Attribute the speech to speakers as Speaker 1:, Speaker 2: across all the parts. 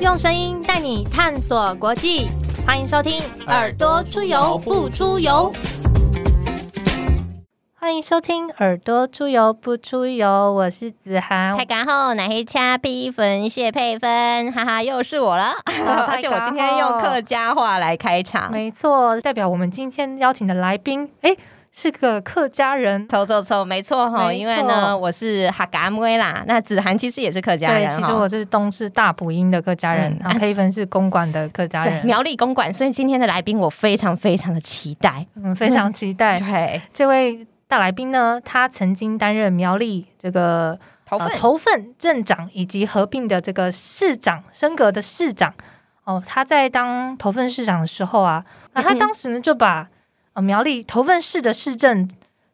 Speaker 1: 用声音带你探索国际，欢迎收听《耳朵出游不出游》。欢迎收听《耳朵出游不出游》，我是子涵
Speaker 2: 太。干后奶黑掐披粉谢佩芬，哈哈，又是我了。 而且我今天用客家话来 开场，
Speaker 1: 没错，代表我们今天邀请的来宾，哎，是个客家人。
Speaker 2: 抽抽抽，没错哈，
Speaker 1: 没错
Speaker 2: 因为呢，我是哈嘎妹啦。那子涵其实也是客家
Speaker 1: 对，
Speaker 2: 人
Speaker 1: 其实
Speaker 2: 哈
Speaker 1: 我。是东市大埔音的客家人
Speaker 2: 嗯，
Speaker 1: 然后黑粉是公馆的客家
Speaker 2: 对，
Speaker 1: 人。
Speaker 2: 苗栗公馆，所以今天的来宾我非常非常的期待。
Speaker 1: 我嗯们非常期 待
Speaker 2: 对，
Speaker 1: 这位大来宾呢，他曾经担任苗栗这个
Speaker 2: 头份
Speaker 1: 呃、头份镇长以及合并的这个市长升格的市长。哦，他在当头份市长的时候啊，那他
Speaker 2: 嗯哼
Speaker 1: 当时呢就把、呃、苗栗头份市的市政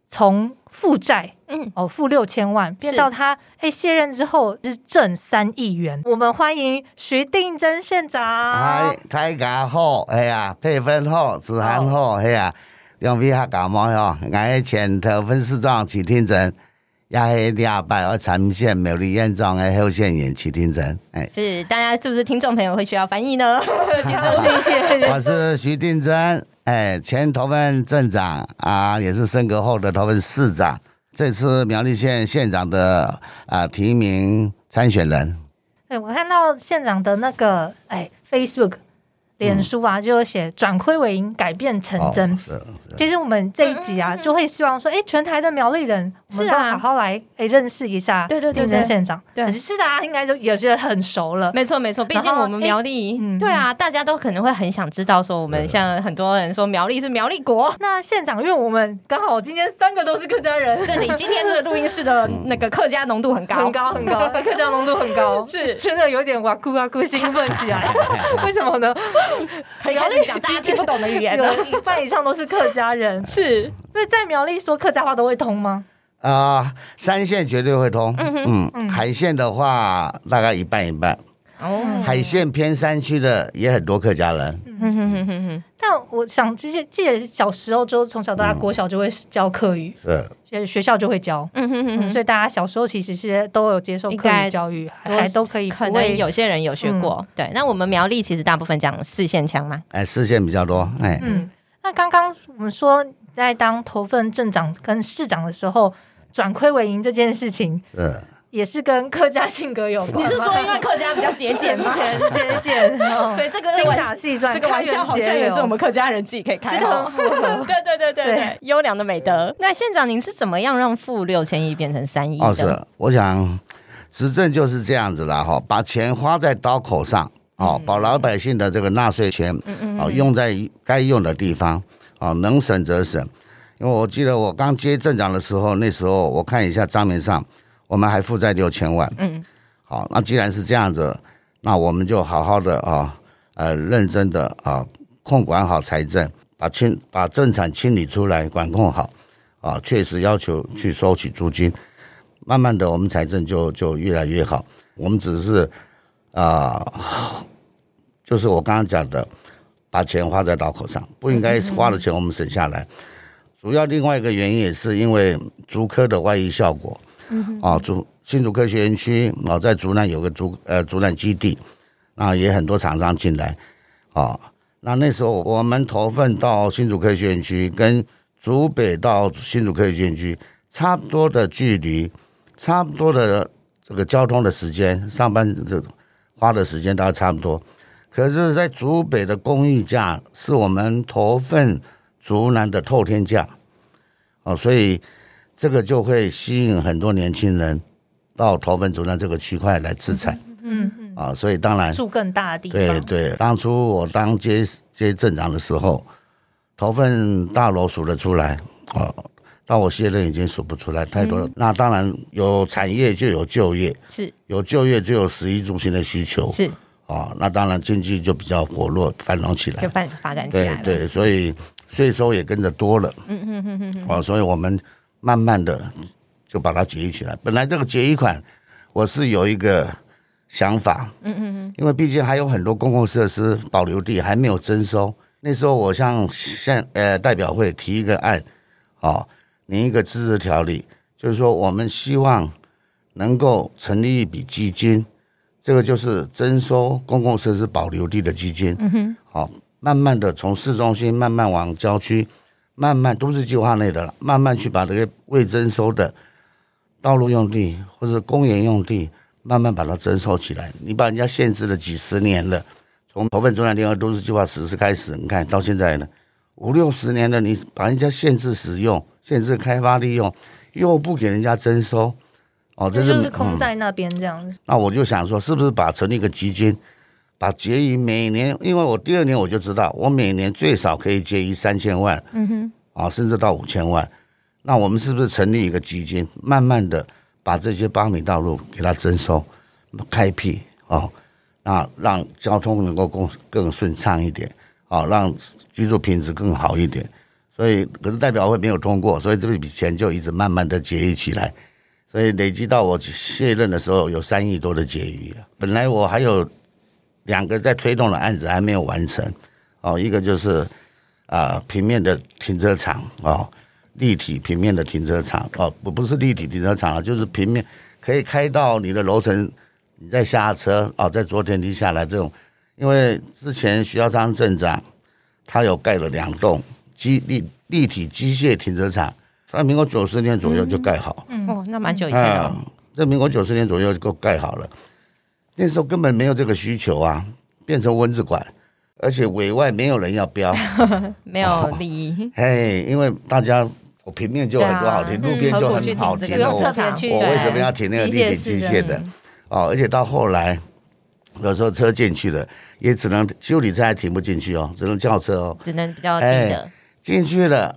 Speaker 1: 从负债
Speaker 2: 嗯，
Speaker 1: 哦负六千万变
Speaker 2: 是，
Speaker 1: 到他哎卸任之后是正三亿元。我们欢迎徐定真县长
Speaker 3: 嗨，，大家好，哎呀，配分好，子涵好，哎呀，两位客感冒哟，俺的前头分市长齐天成，也系第二摆我参选苗栗县长的候选人齐天成，哎
Speaker 2: 是大家是不是听众朋友会需要翻译 呢？ 其实我是一件
Speaker 3: 我是徐定真，哎，前头份镇长啊，也是升格后的头份市长，这次苗栗县县长的啊提名参选人，
Speaker 1: 对我看到县长的那个哎 Facebook、脸书啊，就有写转亏为盈，改变成真。
Speaker 3: 哦是
Speaker 1: 其实我们这一集啊，
Speaker 2: 嗯嗯嗯嗯
Speaker 1: 就会希望说，哎，全台的苗栗人，我们
Speaker 2: 是
Speaker 1: 都
Speaker 2: 啊
Speaker 1: 好好来哎认识一下
Speaker 2: 对对对
Speaker 1: 定真
Speaker 2: 对
Speaker 1: 县长。
Speaker 2: 对嗯
Speaker 1: 可是是大家应该就有些很熟了。
Speaker 2: 没错没错，毕
Speaker 1: 然
Speaker 2: 竟
Speaker 1: 后
Speaker 2: 我们苗栗，
Speaker 1: 嗯
Speaker 2: 对啊，大家都可能会很想知道说，我们像很多人说苗栗是苗栗国，
Speaker 1: 那县长，因为我们刚好今天三个都是客家人，
Speaker 2: 这里今天这个录音室的那个客家浓度 很高，
Speaker 1: 很高很高， 客家浓度很高，
Speaker 2: 是
Speaker 1: 真的有点哇酷哇酷兴奋起 来。为什么呢？
Speaker 2: 可以开始讲大家听不懂的语言了。
Speaker 1: 有一半以上都是客家 人，
Speaker 2: 是，
Speaker 1: 所以在苗栗说客家话都会通吗？
Speaker 3: 啊、三线绝对会通。
Speaker 2: 嗯哼
Speaker 3: 嗯
Speaker 1: 嗯
Speaker 3: 海线的话大概一半一半，
Speaker 2: 哦
Speaker 3: 海线偏山区的也很多客家人。
Speaker 2: 哼哼哼哼哼
Speaker 1: 但我想，这些记得小时候就从小到大，
Speaker 3: 嗯
Speaker 1: 国小就会教课语，
Speaker 3: 是，
Speaker 1: 学学校就会教、
Speaker 2: 嗯哼哼
Speaker 1: 嗯，所
Speaker 2: 哼，
Speaker 1: 以大家小时候其实是都有接受
Speaker 2: 应
Speaker 1: 课
Speaker 2: 该
Speaker 1: 语教育，还
Speaker 2: 多
Speaker 1: 还都可以
Speaker 2: 可
Speaker 1: 不
Speaker 2: 能
Speaker 1: 会
Speaker 2: 有些人有学过。对，那我们苗栗其实大部分讲四线腔嘛，
Speaker 3: 哎，四线比较多。哎，
Speaker 1: 嗯。那刚刚我们说，在当头份镇长跟市长的时候，转亏为盈这件事情，
Speaker 3: 是，
Speaker 1: 也是跟客家性格有关吗。
Speaker 2: 客家比较节
Speaker 1: 省？钱节俭，哦
Speaker 2: 所以这个
Speaker 1: 精
Speaker 2: 玩
Speaker 1: 打细算，
Speaker 2: 这个玩笑好像也是我们客家人自己可以
Speaker 1: 开
Speaker 2: 开
Speaker 1: 源节流觉得
Speaker 2: 的
Speaker 1: 很。符合。
Speaker 2: 对对对对
Speaker 1: 对
Speaker 2: 对，优良的美德。那县长，您是怎么样让负六千亿变成三亿的？
Speaker 3: 哦，是，我想执政就是这样子了哈，把钱花在刀口上，
Speaker 2: 嗯
Speaker 3: 哦，把老百姓的这个纳税钱，哦，用在该用的地方，哦，能省则省。因为我记得我刚接镇长的时候，那时候我看一下账面上，我们还负债六千万。
Speaker 2: 嗯，
Speaker 3: 好，那既然是这样子，那我们就好好的啊，呃，认真的啊，控管好财政，把清把政产清理出来，管控好，啊，确实要求去收取租金，慢慢的我们财政就就越来越好。我们只是啊、就是我刚刚讲的，把钱花在刀口上，不应该花的钱我们省下来。主要另外一个原因也是因为竹科的外溢效果，啊，竹新竹科学园区啊，在竹南有个竹呃竹南基地，啊，也很多厂商进来，啊，那那时候我们投份到新竹科学园区跟竹北到新竹科学园区差不多的距离，差不多的这个交通的时间，上班这花的时间大概差不多，可是，在竹北的公寓价是我们投份竹南的透天价，哦，所以这个就会吸引很多年轻人到头份竹南这个区块来吃菜
Speaker 1: 嗯嗯，
Speaker 3: 啊、所以当然，
Speaker 1: 住更大的地
Speaker 3: 对
Speaker 1: 方，
Speaker 3: 对，当初我当接接镇长的时候，头份大楼数得出来哦，到我卸任已经数不出来太多了。那当然有产业就有就业，
Speaker 2: 是
Speaker 3: 有就业就有十一中心的需求
Speaker 2: 是，
Speaker 3: 啊、那当然经济就比较活络繁荣起来
Speaker 2: 就。发发展起
Speaker 3: 对
Speaker 2: 来了。
Speaker 3: 对，所以税收也跟着多了。嗯嗯嗯嗯。哦，所以我们慢慢的就把它结余起来。本来这个结余款，我是有一个想法。嗯嗯嗯。因为毕竟还有很多公共设施保留地还没有征收。那时候我向县呃代表会提一个案，哦，拟一个自治条例，就是说我们希望能够成立一笔基金，这个就是征收公共设施保留地的基金。嗯哼，好，慢慢的从市中心慢慢往郊区，慢慢都是计划内的了，慢慢去把这个未征收的道路用地或者公园用地，慢慢把它征收起来。你把人家限制了几十年了，从投份中南联合都市计划实施开始，你看到现在呢，五六十年了，你把人家限制使用、限制开发利用，又不给人家征收，哦，这
Speaker 1: 这就
Speaker 3: 是
Speaker 1: 是空
Speaker 3: 嗯
Speaker 1: 在那边这样子。
Speaker 3: 那我就想说，是不是把成立一个基金，把结余每年，因为我第二年我就知道，我每年最少可以结余三千万，嗯哼，啊，甚至到五千万。那我们是不是成立一个基金，慢慢的把这些八米道路给它征收、开辟哦，那让交通能够更更顺畅一点，哦，让居住品质更好一点。所以，可是代表会没有通过，所以这笔钱就一直慢慢的结余起来。所以累积到我卸任的时候有三亿多的结余啊。本来我还有两个在推动的案子还没有完成，哦，一个就是啊、呃平面的停车场哦，立体平面的停车场哦，不不是立体停车场啊，就是平面可以开到你的楼层，你再下车哦，在昨天梯下来这种，因为之前徐耀昌镇长他有盖了两栋机立立体机械停车场，在民国九十年左右就盖好。
Speaker 2: 哦，那蛮久以前的
Speaker 3: 啊，
Speaker 2: 哦，
Speaker 3: 在民国九十年左右就盖好了，那时候根本没有这个需求啊，变成蚊子馆，而且委外没有人要 标，
Speaker 2: 没有利益，
Speaker 3: 嘿，因为大家我平面就很不好停，
Speaker 2: 对啊
Speaker 3: 路边就
Speaker 2: 嗯
Speaker 3: 很好
Speaker 2: 何苦去
Speaker 1: 不
Speaker 2: 停这
Speaker 3: 停
Speaker 2: 个
Speaker 3: 了，
Speaker 1: 用
Speaker 2: 路
Speaker 1: 特
Speaker 3: 我
Speaker 1: 别去
Speaker 3: 我
Speaker 2: 对
Speaker 3: 为什么要停那个立体机械的？哦，而且到后来。有时候车进去了，也只能修理车还停不进去哦，只能叫车哦。
Speaker 2: 只能比较低
Speaker 3: 哎
Speaker 2: 的，
Speaker 3: 进去了，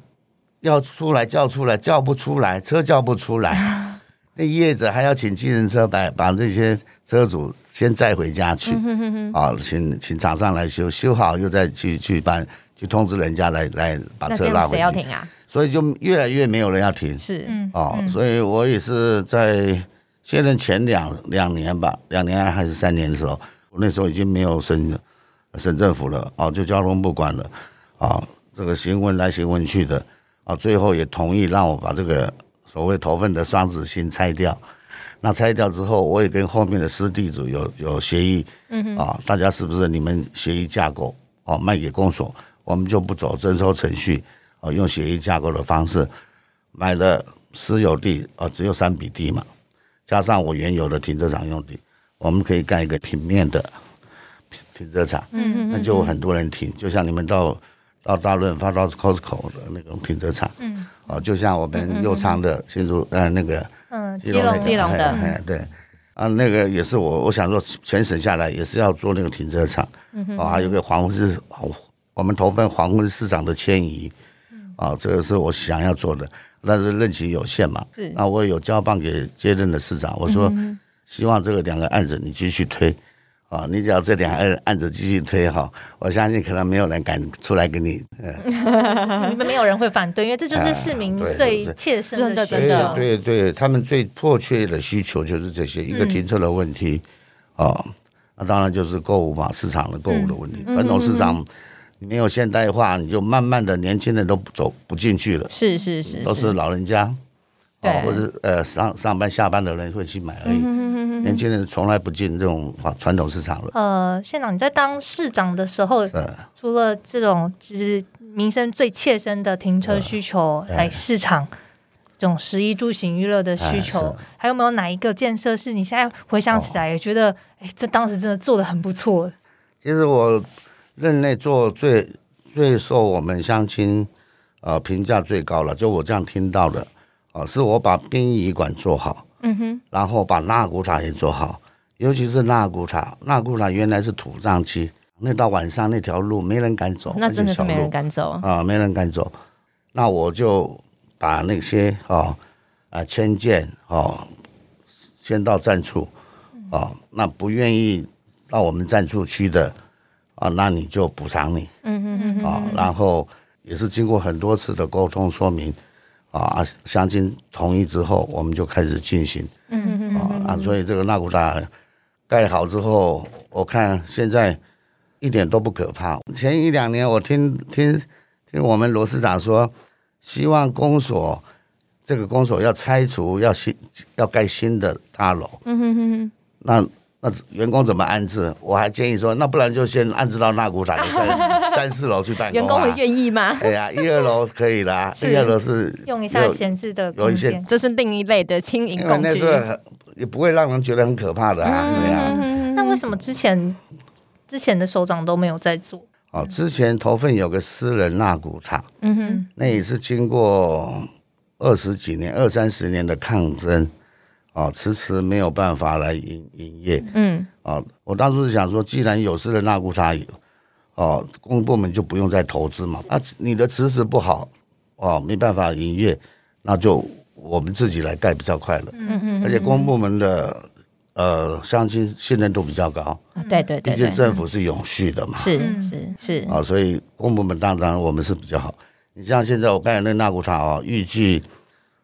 Speaker 3: 要出来叫出来，叫不出来，车叫不出来， 那业者还要请计程车把把这些车主先载回家去，
Speaker 2: 嗯
Speaker 3: 啊，请请厂商来修，修好又再去去办，去通知人家来来把
Speaker 2: 那
Speaker 3: 车
Speaker 2: 这
Speaker 3: 拉
Speaker 2: 样
Speaker 3: 回
Speaker 2: 谁要
Speaker 3: 去，
Speaker 2: 停啊？
Speaker 3: 所以就越来越没有人要停，
Speaker 2: 是，
Speaker 1: 嗯，
Speaker 3: 哦，所以我也是在卸任前两两年吧，两年还是三年的时候，我那时候已经没有省省政府了，哦，就交通部管了，哦，这个行文来行文去的，哦，最后也同意让我把这个所谓头份的双子星拆掉。那拆掉之后，我也跟后面的私地主有有协议，嗯啊，大家是不是你们协议架构哦卖给公所，我们就不走征收程序，哦，用协议架构的方式买了私有地啊、哦，只有三笔地嘛，加上我原有的停车场用地，我们可以盖一个平面的停停车场，嗯，那就很多人停，就像你们到到大润发到 Costco 的那种停车场，嗯，哦，就像我们右昌的新竹呃那个
Speaker 1: 嗯，
Speaker 3: 基
Speaker 1: 基
Speaker 3: 隆那
Speaker 1: 隆
Speaker 3: 个
Speaker 2: 基隆的嗯
Speaker 3: 嘿嘿对，啊，那个也是我我想说全省下来也是要做那个停车场，
Speaker 2: 嗯
Speaker 3: 啊，还有个黄昏市，我们投份黄昏市场的迁移，
Speaker 2: 嗯
Speaker 3: 啊，这个是我想要做的，但是任期有限嘛，
Speaker 2: 是嗯
Speaker 3: 那我有交棒给接任的市长，我说希望这个两个案子你继续推。啊，你只要这两个案案子继续推哈，我相信可能没有人敢出来跟你
Speaker 1: 你们没有人会反对，因为这就是市民
Speaker 3: 哎对对
Speaker 1: 最
Speaker 3: 对
Speaker 1: 切身的需
Speaker 2: 真的
Speaker 1: 求
Speaker 3: 对对对，他们最迫切的需求就是这些，一
Speaker 2: 嗯
Speaker 3: 个停车的问题，哦，那当然就是购物嘛，市场的购物的问
Speaker 2: 嗯
Speaker 3: 题。传统市场你没有现代化，你就慢慢的年轻人都不走不进去了，
Speaker 2: 是是是，
Speaker 3: 都是老人家，
Speaker 2: 对嗯
Speaker 3: 哦，或者是呃上上班下班的人会去买而已。年轻人从来不进这种传统市场了，呃
Speaker 1: 呃，县长，你在当市长的时候，
Speaker 3: 是。
Speaker 1: 除了这种就是民生最切身的停车需求，
Speaker 3: 哎
Speaker 1: 来市场这种食衣住行娱乐的需
Speaker 3: 哎
Speaker 1: 求
Speaker 3: 是，哦
Speaker 1: 还有没有哪一个建设是你现在回想起来也觉得，哎，这当时真的做的很不错？
Speaker 3: 其实我任内做最最受我们乡亲呃评价最高了，就我这样听到的，哦、是我把殡仪馆做好，嗯哼，然后把纳古塔也做好，尤其是纳古塔，纳古塔原来是土葬区，那到晚上那条路没人敢走，
Speaker 2: 那真的是
Speaker 3: 而且
Speaker 2: 没
Speaker 3: 小路
Speaker 2: 人敢走，
Speaker 3: 啊、没人敢走。那我就把那些哦啊迁建哦，先到站处哦，那不愿意到我们站处区的啊，那你就补偿你
Speaker 2: 嗯嗯嗯，
Speaker 3: 啊、然后也是经过很多次的沟通说明啊，乡亲同意之后，我们就开始进行
Speaker 1: 嗯
Speaker 3: 啊、啊，所以这个纳古塔盖好之后，我看现在一点都不可怕。前一两年我听听听我们罗市长说，希望公所这个公所要拆除，要新要盖新的大楼。嗯哼哼。那那员工怎么安置？我还建议说，那不然就先安置到纳古塔的三 三四楼去办
Speaker 2: 员
Speaker 3: 公、啊。
Speaker 2: 工会愿意吗？
Speaker 3: 哎呀，一二楼可以啦，
Speaker 2: 是
Speaker 3: 一二楼是
Speaker 1: 用一下
Speaker 3: 有
Speaker 1: 闲置的
Speaker 3: 有
Speaker 1: 空
Speaker 3: 一些
Speaker 1: 间，
Speaker 2: 这是另一类的轻盈
Speaker 3: 因为
Speaker 2: 工
Speaker 3: 那
Speaker 2: 具
Speaker 3: 是。很也不会让人觉得很可怕的啊，对啊。
Speaker 2: 嗯
Speaker 1: 那为什么之前之前的首长都没有在做？
Speaker 3: 哦，之前头份有个私人纳古塔，
Speaker 2: 嗯哼，
Speaker 3: 那也是经过二十几年、二三十年的抗争，哦，迟迟没有办法来营营业。
Speaker 2: 嗯，
Speaker 3: 哦，我当初是想说，既然有私人纳古塔，哦，公部门就不用再投资嘛。啊，你的辞职不好，哦，没办法营业，那就我们自己来盖比较快了。
Speaker 1: 嗯
Speaker 3: 而且公部门的呃，相亲信任度比较高，
Speaker 2: 啊对对
Speaker 3: 毕
Speaker 2: 对
Speaker 3: 竟
Speaker 2: 对，
Speaker 3: 政府是永续的嘛。
Speaker 2: 是
Speaker 1: 嗯
Speaker 2: 是是，
Speaker 3: 啊，所以公部门当然我们是比较好。你像现在我刚才那纳古塔哦，预计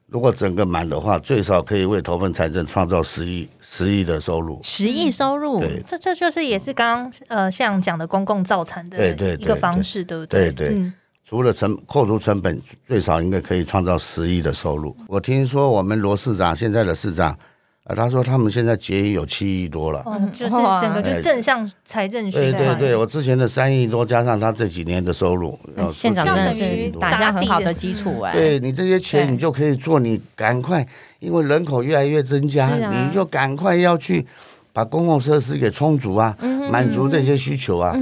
Speaker 3: 如果整个满的话，最少可以为投份财政创造十亿十亿的收入。
Speaker 2: 十亿收入，
Speaker 3: 对
Speaker 1: 这这就是也是刚刚呃像讲的公共造产的
Speaker 3: 对对
Speaker 1: 一
Speaker 3: 对
Speaker 1: 个方式，对不
Speaker 3: 对
Speaker 1: 对
Speaker 3: 对
Speaker 1: 嗯
Speaker 3: 除了成扣除成本，最少应该可以创造十亿的收入。我听说我们罗市长现在的市长，呃，他说他们现在结余有七亿多了。
Speaker 1: 哦，
Speaker 2: 嗯
Speaker 1: 就是
Speaker 2: 哇
Speaker 1: 整个就正向财政
Speaker 3: 哎对
Speaker 1: 循
Speaker 3: 对
Speaker 1: 环，
Speaker 3: 对，我之前的三亿多加上他这几年的收入，呃
Speaker 2: 县长
Speaker 1: 就相
Speaker 2: 哎真
Speaker 1: 当
Speaker 2: 的
Speaker 1: 于
Speaker 2: 是
Speaker 3: 多
Speaker 2: 打
Speaker 1: 打
Speaker 2: 下很
Speaker 1: 地
Speaker 2: 好
Speaker 1: 的
Speaker 2: 的基础哎，
Speaker 3: 对你这些钱，
Speaker 2: 对
Speaker 3: 你就可以做，你赶快，因为人口越来越增加，
Speaker 2: 是啊
Speaker 3: 你就赶快要去把公共设施给充足啊，
Speaker 2: 嗯
Speaker 3: 满足这些需求啊。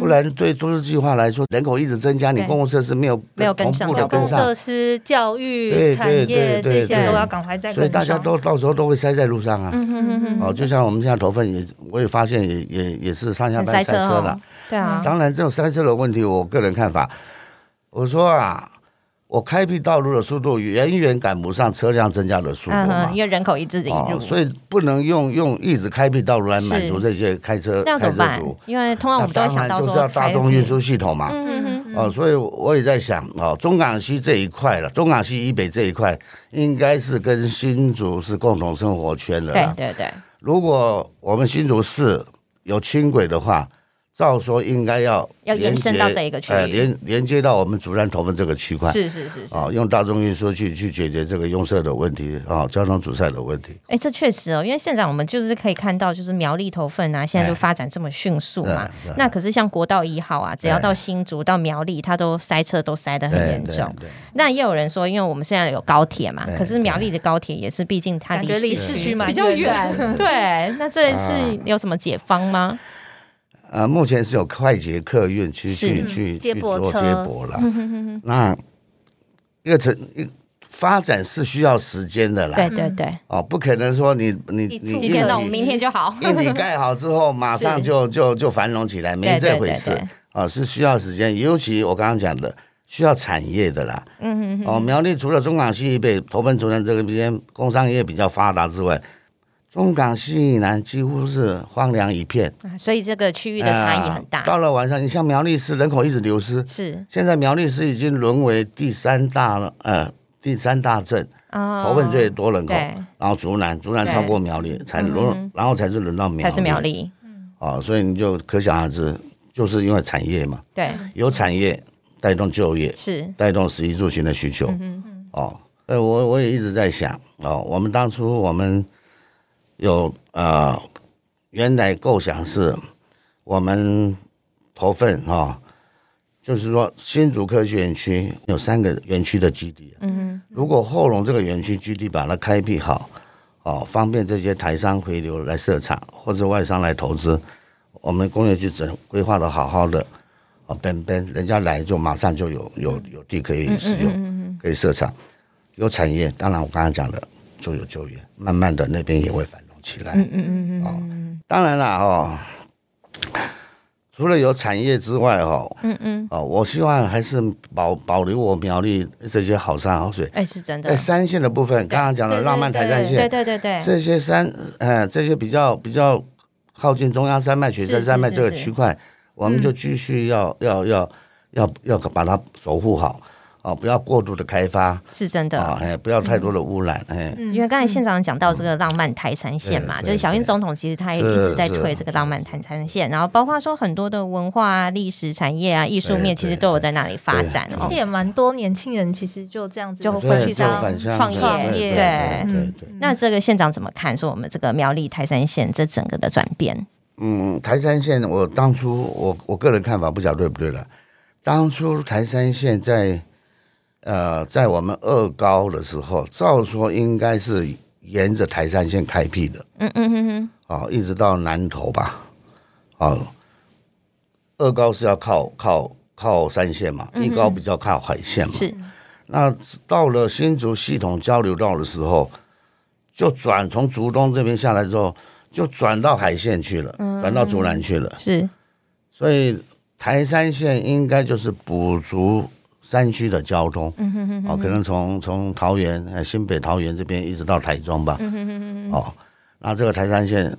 Speaker 3: 不然对都市计划来说，人口一直增加，你
Speaker 2: 对
Speaker 3: 公共设施没有
Speaker 2: 没有跟
Speaker 3: 同
Speaker 2: 上
Speaker 3: 步
Speaker 1: 交
Speaker 3: 的
Speaker 1: 通
Speaker 3: 跟上
Speaker 1: 设，施、教育、
Speaker 3: 对
Speaker 1: 产
Speaker 3: 对
Speaker 1: 业这
Speaker 3: 对对
Speaker 1: 些
Speaker 2: 对
Speaker 1: 都要赶快再
Speaker 3: 所以
Speaker 1: 跟
Speaker 3: 大家
Speaker 1: 上。
Speaker 3: 都到时候都会塞在路上啊。
Speaker 2: 嗯哼哼哼
Speaker 3: 哦，就像我们现在头份也，我也发现也也也是上下
Speaker 2: 很
Speaker 3: 班
Speaker 2: 塞
Speaker 3: 塞
Speaker 2: 车
Speaker 3: 车了
Speaker 2: 哦。，对啊，
Speaker 3: 当然，这种塞车的问题，我个人看法，我说啊，我开辟道路的速度远远赶不上车辆增加的速度
Speaker 2: 嗯
Speaker 3: 嘛哦
Speaker 2: 哼，。因为人口一直引入，
Speaker 3: 所以不能用用一直开辟道路来满足
Speaker 2: 是
Speaker 3: 这些开车
Speaker 2: 那要怎么
Speaker 3: 开车
Speaker 2: 办
Speaker 3: 族。？
Speaker 2: 因为通常我们都会
Speaker 3: 当
Speaker 2: 想
Speaker 3: 然
Speaker 2: 到
Speaker 3: 就是
Speaker 2: 说
Speaker 3: 要大众运，输系统嘛。
Speaker 2: 嗯哼哼，
Speaker 3: 哦，所以我也在想，哦，中港西这一块了，中港西以北这一块，应该是跟新竹是共同生活圈的啦。
Speaker 2: 对对对，
Speaker 3: 如果我们新竹市有轻轨的话，照说应该要
Speaker 2: 要延伸到
Speaker 3: 连接
Speaker 2: 这一个区域
Speaker 3: 呃连连接到我们竹山头份这个区块，
Speaker 2: 是是是是，
Speaker 3: 啊、用大众运输去去解决这个拥塞的问题啊、交通阻塞的问题。
Speaker 2: 哎，这确实哦，因为县长我们就是可以看到，就是苗栗头份啊，
Speaker 3: 哎
Speaker 2: 现在就发展这么迅速嘛。
Speaker 3: 对对
Speaker 2: 那可是像国道一号啊，只要到新竹到苗栗，它都塞车都塞得很严
Speaker 3: 哎对
Speaker 2: 重。
Speaker 3: 对
Speaker 2: 那也有人说，因为我们现在有高铁嘛，
Speaker 3: 对
Speaker 2: 可是苗栗的高铁也是，毕竟它
Speaker 1: 感觉
Speaker 2: 离
Speaker 1: 离
Speaker 2: 市
Speaker 1: 市
Speaker 2: 区
Speaker 1: 区蛮
Speaker 2: 比较
Speaker 1: 远
Speaker 2: 远。对， 那这
Speaker 3: 啊
Speaker 2: 是有什么解方吗？
Speaker 3: 呃，目前是有快捷客运去
Speaker 2: 是
Speaker 3: 去
Speaker 2: 嗯
Speaker 3: 去
Speaker 1: 接
Speaker 3: 去
Speaker 1: 驳
Speaker 3: 做
Speaker 1: 车嗯
Speaker 3: 接驳啦。那一个城一个发展是需要时间的啦。
Speaker 2: 对对对，
Speaker 3: 哦，不可能说你你
Speaker 1: 一
Speaker 3: 你
Speaker 1: 触
Speaker 2: 今
Speaker 1: 即
Speaker 2: 天
Speaker 1: 可
Speaker 2: 弄，
Speaker 3: 你
Speaker 2: 明天就好。
Speaker 3: 硬体盖好之后，马上就就就繁荣起来，没
Speaker 2: 对对
Speaker 3: 这回
Speaker 2: 对
Speaker 3: 事
Speaker 2: 对，
Speaker 3: 啊，是需要时间，尤其我刚刚讲的，需要产业的啦。嗯嗯。哦，苗栗除了中港西以北、头份、竹南这个边工商业比较发达之外，中港西以南几乎是荒凉一片，
Speaker 2: 啊 所以这个区域的差异很
Speaker 3: 啊
Speaker 2: 大。
Speaker 3: 到了晚上，你像苗栗市人口一直流失，
Speaker 2: 是
Speaker 3: 现在苗栗市已经沦为第三大了，呃，第三大镇，
Speaker 2: 啊，
Speaker 3: 头份最多人口。
Speaker 2: 对，
Speaker 3: 然后竹南，竹南
Speaker 2: 对
Speaker 3: 超过苗栗，才轮，然后才是轮到苗栗，
Speaker 2: 才是苗栗。
Speaker 3: 哦，所以你就可想而知，就是因为产业嘛，
Speaker 2: 对，
Speaker 3: 有产业带动就业，
Speaker 2: 是
Speaker 3: 带动食衣住行的需求。
Speaker 2: 嗯
Speaker 3: 哦，呃，我我也一直在想，哦，我们当初我们有呃，原来构想是我们投份哈、哦，就是说新竹科学园区有三个园区的基地，啊
Speaker 2: 嗯
Speaker 3: 如果后龙这个园区基地把它开辟好，哦，方便这些台商回流来设厂或者外商来投资，我们工业区整规划的好好的，哦，本本人家来就马上就有有有地可以使用，可以设厂，有产业，当然我刚刚讲的就有就业，慢慢的那边也会繁荣起来。
Speaker 2: 嗯嗯嗯
Speaker 3: 哦
Speaker 2: 嗯
Speaker 3: 当然啦，哦，除了有产业之外，哦，
Speaker 2: 嗯嗯，
Speaker 3: 哦，我希望还是保保留我苗栗这些好山好水。
Speaker 2: 哎，是真的
Speaker 3: 在。三线的部分，刚刚讲的
Speaker 1: 对对
Speaker 3: 浪漫台山
Speaker 2: 对
Speaker 3: 线，
Speaker 2: 对对对，
Speaker 3: 这些山，呃，这些比较比较靠近中央山脉、雪山山脉
Speaker 2: 是
Speaker 3: 这个
Speaker 2: 是嗯
Speaker 3: 区块，我们就继续要要要要要把它守护好。啊，不要过度的开发
Speaker 2: 是真的。
Speaker 3: 啊，哎，不要太多的污染，哎，
Speaker 1: 嗯
Speaker 2: 因为刚才现场讲到这个浪漫台三线嘛，
Speaker 3: 嗯对
Speaker 2: 就是小英总统其实他也一直在推这个浪漫台三线，然后包括说很多的文化啊、历史产业啊、艺术面，
Speaker 3: 对对
Speaker 2: 其实都有在那里发展
Speaker 1: 其
Speaker 2: 哦
Speaker 1: 实。也蛮多年轻人其实就这样子
Speaker 2: 就
Speaker 1: 回
Speaker 3: 对
Speaker 1: 去
Speaker 3: 就
Speaker 1: 当
Speaker 3: 返乡
Speaker 2: 创
Speaker 3: 对
Speaker 2: 业对
Speaker 3: 对对对
Speaker 1: 嗯
Speaker 3: 对。
Speaker 2: 那这个县长怎么看？说我们这个苗栗台三线这整个的转变，
Speaker 3: 嗯，台山县，我当初我我个人看法不晓得对不对了。当初台山县在呃，在我们二高的时候，照说应该是沿着台山县开辟的
Speaker 2: 嗯嗯嗯嗯，
Speaker 3: 哦，一直到南投吧。哦，二高是要靠靠靠山线嘛，一高比较靠海线嘛。
Speaker 2: 是
Speaker 3: 那到了新竹系统交流道的时候，就转从竹东这边下来之后，就转到海线去了，
Speaker 2: 嗯
Speaker 3: 转到竹南去了。
Speaker 2: 是，
Speaker 3: 所以台山线应该就是补足山区的交通，
Speaker 2: 嗯哼哼哼，
Speaker 3: 哦，可能从从桃园、呃新北桃园这边一直到台中吧，
Speaker 2: 嗯哼哼哼
Speaker 3: 哦，那这个台山线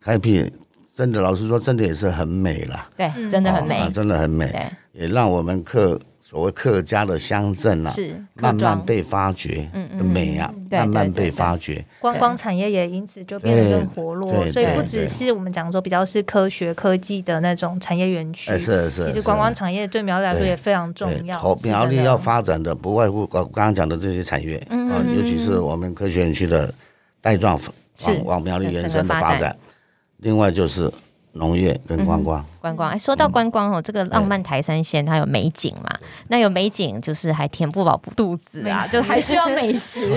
Speaker 3: 开辟，真的老实说，真的也是很美啦，
Speaker 2: 对，真的很美
Speaker 3: 哦啊，真的很美，
Speaker 2: 对，
Speaker 3: 也让我们客所谓客家的乡镇啊，
Speaker 2: 是
Speaker 3: 慢
Speaker 2: 客庄
Speaker 3: 慢被发掘，
Speaker 2: 嗯嗯
Speaker 3: 的美啊，
Speaker 2: 对
Speaker 3: 慢慢
Speaker 2: 对对
Speaker 3: 被发掘，
Speaker 1: 观光产业也因此就变得更活络，
Speaker 3: 对
Speaker 1: 所以
Speaker 2: 对
Speaker 1: 不
Speaker 3: 对
Speaker 1: 只
Speaker 3: 对
Speaker 1: 是我们讲说比较是科学科技的那种产业园区，
Speaker 3: 哎，是是
Speaker 1: 其
Speaker 3: 是
Speaker 1: 实。观光产业对苗栗来说
Speaker 3: 对
Speaker 1: 也非常重
Speaker 3: 对，
Speaker 1: 要
Speaker 3: 投。
Speaker 1: 是
Speaker 3: 苗
Speaker 1: 真
Speaker 3: 栗
Speaker 1: 的
Speaker 3: 要发展的不外乎我刚刚讲的这些产业啊、
Speaker 2: 嗯
Speaker 3: 尤其是我们科学园区的带状
Speaker 2: 是
Speaker 3: 往往苗栗延伸
Speaker 2: 整个发
Speaker 3: 的发
Speaker 2: 展
Speaker 3: 展，另外就是农业跟观光。
Speaker 2: 观光。哎，说到观光哦，这个浪漫台山线它有美景嘛？那有美景就是还填不饱肚子啊，
Speaker 1: 美食
Speaker 2: 就还需要美食，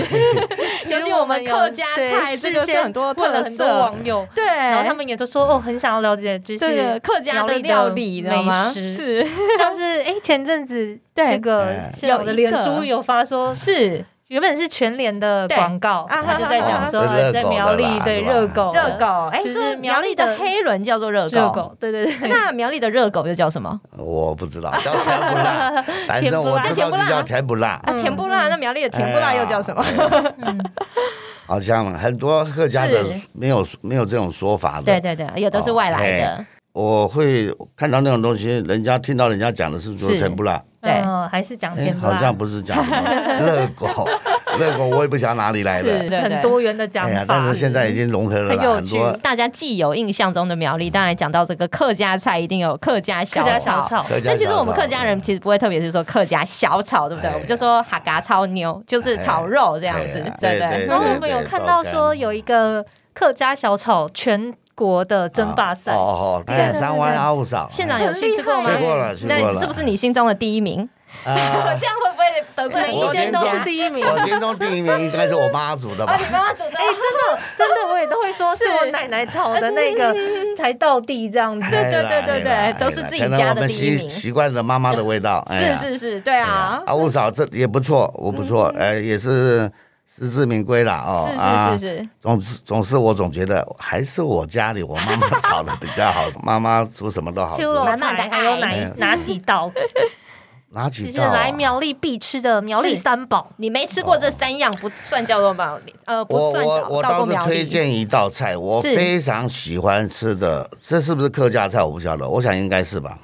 Speaker 2: 尤其我们客家菜这个是很多
Speaker 1: 问了
Speaker 2: 特
Speaker 1: 很多
Speaker 2: 色，
Speaker 1: 网友，
Speaker 2: 对，
Speaker 1: 然后
Speaker 2: 然
Speaker 1: 他们也都说哦，很想要了解，就是
Speaker 2: 这个客家的料理，你知道吗？
Speaker 1: 美食
Speaker 2: 是
Speaker 1: 像是哎前阵子
Speaker 2: 对
Speaker 1: 这个
Speaker 3: 哎
Speaker 1: 现在我的
Speaker 2: 有一
Speaker 1: 脸
Speaker 2: 个
Speaker 1: 书有发说，
Speaker 2: 是
Speaker 1: 原本是全联的广告，
Speaker 2: 对啊
Speaker 1: 他就在讲说
Speaker 3: 哦
Speaker 1: 啊在苗栗
Speaker 3: 热狗的啦
Speaker 1: 对
Speaker 3: 是吧
Speaker 1: 热狗
Speaker 2: 热狗，哎，
Speaker 1: 就是
Speaker 2: 说苗栗的黑轮叫做热
Speaker 1: 热
Speaker 2: 狗，
Speaker 1: 狗，对对对，
Speaker 2: 那苗栗的热狗又叫什么？
Speaker 3: 嗯呃我不知道叫甜 不辣，反正我知
Speaker 2: 甜
Speaker 3: 道
Speaker 2: 不辣
Speaker 3: 就叫甜不辣。哎
Speaker 2: 啊，甜不辣，那苗栗的甜不辣又叫什么？
Speaker 1: 嗯
Speaker 3: 好像很多客家的
Speaker 2: 是
Speaker 3: 没有没有这种说法的。
Speaker 2: 对对对，也都是外来的，
Speaker 3: 我会看到那种东西，人家听到人家讲的是说
Speaker 2: 是哦
Speaker 3: 甜不辣，
Speaker 2: 对
Speaker 1: 嗯还是讲
Speaker 3: 哎
Speaker 1: 甜不辣
Speaker 3: 好像不是讲 什么热狗，热狗我也不晓得哪里来的。
Speaker 2: 是对对
Speaker 1: 很多元的讲
Speaker 3: 哎呀，但
Speaker 1: 法
Speaker 3: 是，现在已经融合了
Speaker 1: 很有
Speaker 3: 啦，很多
Speaker 1: 趣
Speaker 2: 大家既有印象中的苗栗，当然讲到这个客家菜，一定有客家小
Speaker 1: 客家小炒，
Speaker 3: 客家
Speaker 2: 但其实
Speaker 3: 小
Speaker 2: 我们
Speaker 3: 炒
Speaker 2: 客家人其实不会特别是说客家小炒，对不对？
Speaker 3: 哎
Speaker 2: 我们就说哈嘎炒牛，就是炒肉这样子
Speaker 3: 哎，
Speaker 2: 对不
Speaker 3: 对对
Speaker 2: 对？
Speaker 1: 然后我们有看到说有一个客家小炒全国的争霸赛
Speaker 3: 哦，哦，哦
Speaker 1: 对
Speaker 3: 哎，
Speaker 1: 对
Speaker 3: 三湾阿五嫂，
Speaker 2: 现场有去吃过吗？
Speaker 3: 吃过了吃过了
Speaker 2: 那是不是你心中的第一名？
Speaker 3: 啊，
Speaker 2: 这样会不会得罪
Speaker 1: 每
Speaker 2: 很
Speaker 1: 一
Speaker 2: 多
Speaker 3: 我
Speaker 1: 间
Speaker 2: 人
Speaker 3: 心
Speaker 1: 都
Speaker 3: 中
Speaker 1: 是第一名。
Speaker 3: 我心中第一名应该是我妈煮的
Speaker 2: 啊
Speaker 3: 吧？
Speaker 2: 你妈妈煮的，哎，
Speaker 1: 真的， 真的，我也都会说是
Speaker 2: 是
Speaker 1: 我奶奶炒的那个才到地这样子。
Speaker 2: 对对对
Speaker 3: 哎啦
Speaker 2: 对对
Speaker 3: 哎啦
Speaker 2: 都是自己
Speaker 3: 可能
Speaker 2: 家的
Speaker 3: 我们
Speaker 2: 第一
Speaker 3: 习
Speaker 2: 名
Speaker 3: 习惯了妈妈的味道，哎呀
Speaker 2: 是是是，对啊，嗯
Speaker 3: 阿五嫂这也不错，我不错，哎，也是实至名归啦哦，啊
Speaker 2: 是是是是，
Speaker 3: 总之总是我总觉得还是我家里我妈妈炒的比较好，妈妈煮什么都好吃
Speaker 1: 猪，肉
Speaker 2: 满满的
Speaker 1: 菜还有
Speaker 2: 爱
Speaker 1: 哪一
Speaker 3: 嗯
Speaker 1: 哪几道？
Speaker 3: 拿
Speaker 1: 就
Speaker 3: 几
Speaker 1: 是
Speaker 3: 道啊
Speaker 1: 来苗栗必吃的苗栗
Speaker 2: 是
Speaker 1: 三宝。
Speaker 2: 你没吃过这三样不算叫做苗栗，呃，不
Speaker 3: 我
Speaker 2: 算
Speaker 3: 啊我
Speaker 2: 叫
Speaker 3: 我
Speaker 2: 到过
Speaker 3: 倒是
Speaker 2: 苗
Speaker 3: 推
Speaker 2: 栗。
Speaker 3: 荐一道菜，我
Speaker 2: 是
Speaker 3: 非常喜欢吃的，这是不是客家菜？我不晓得，我想应该是吧。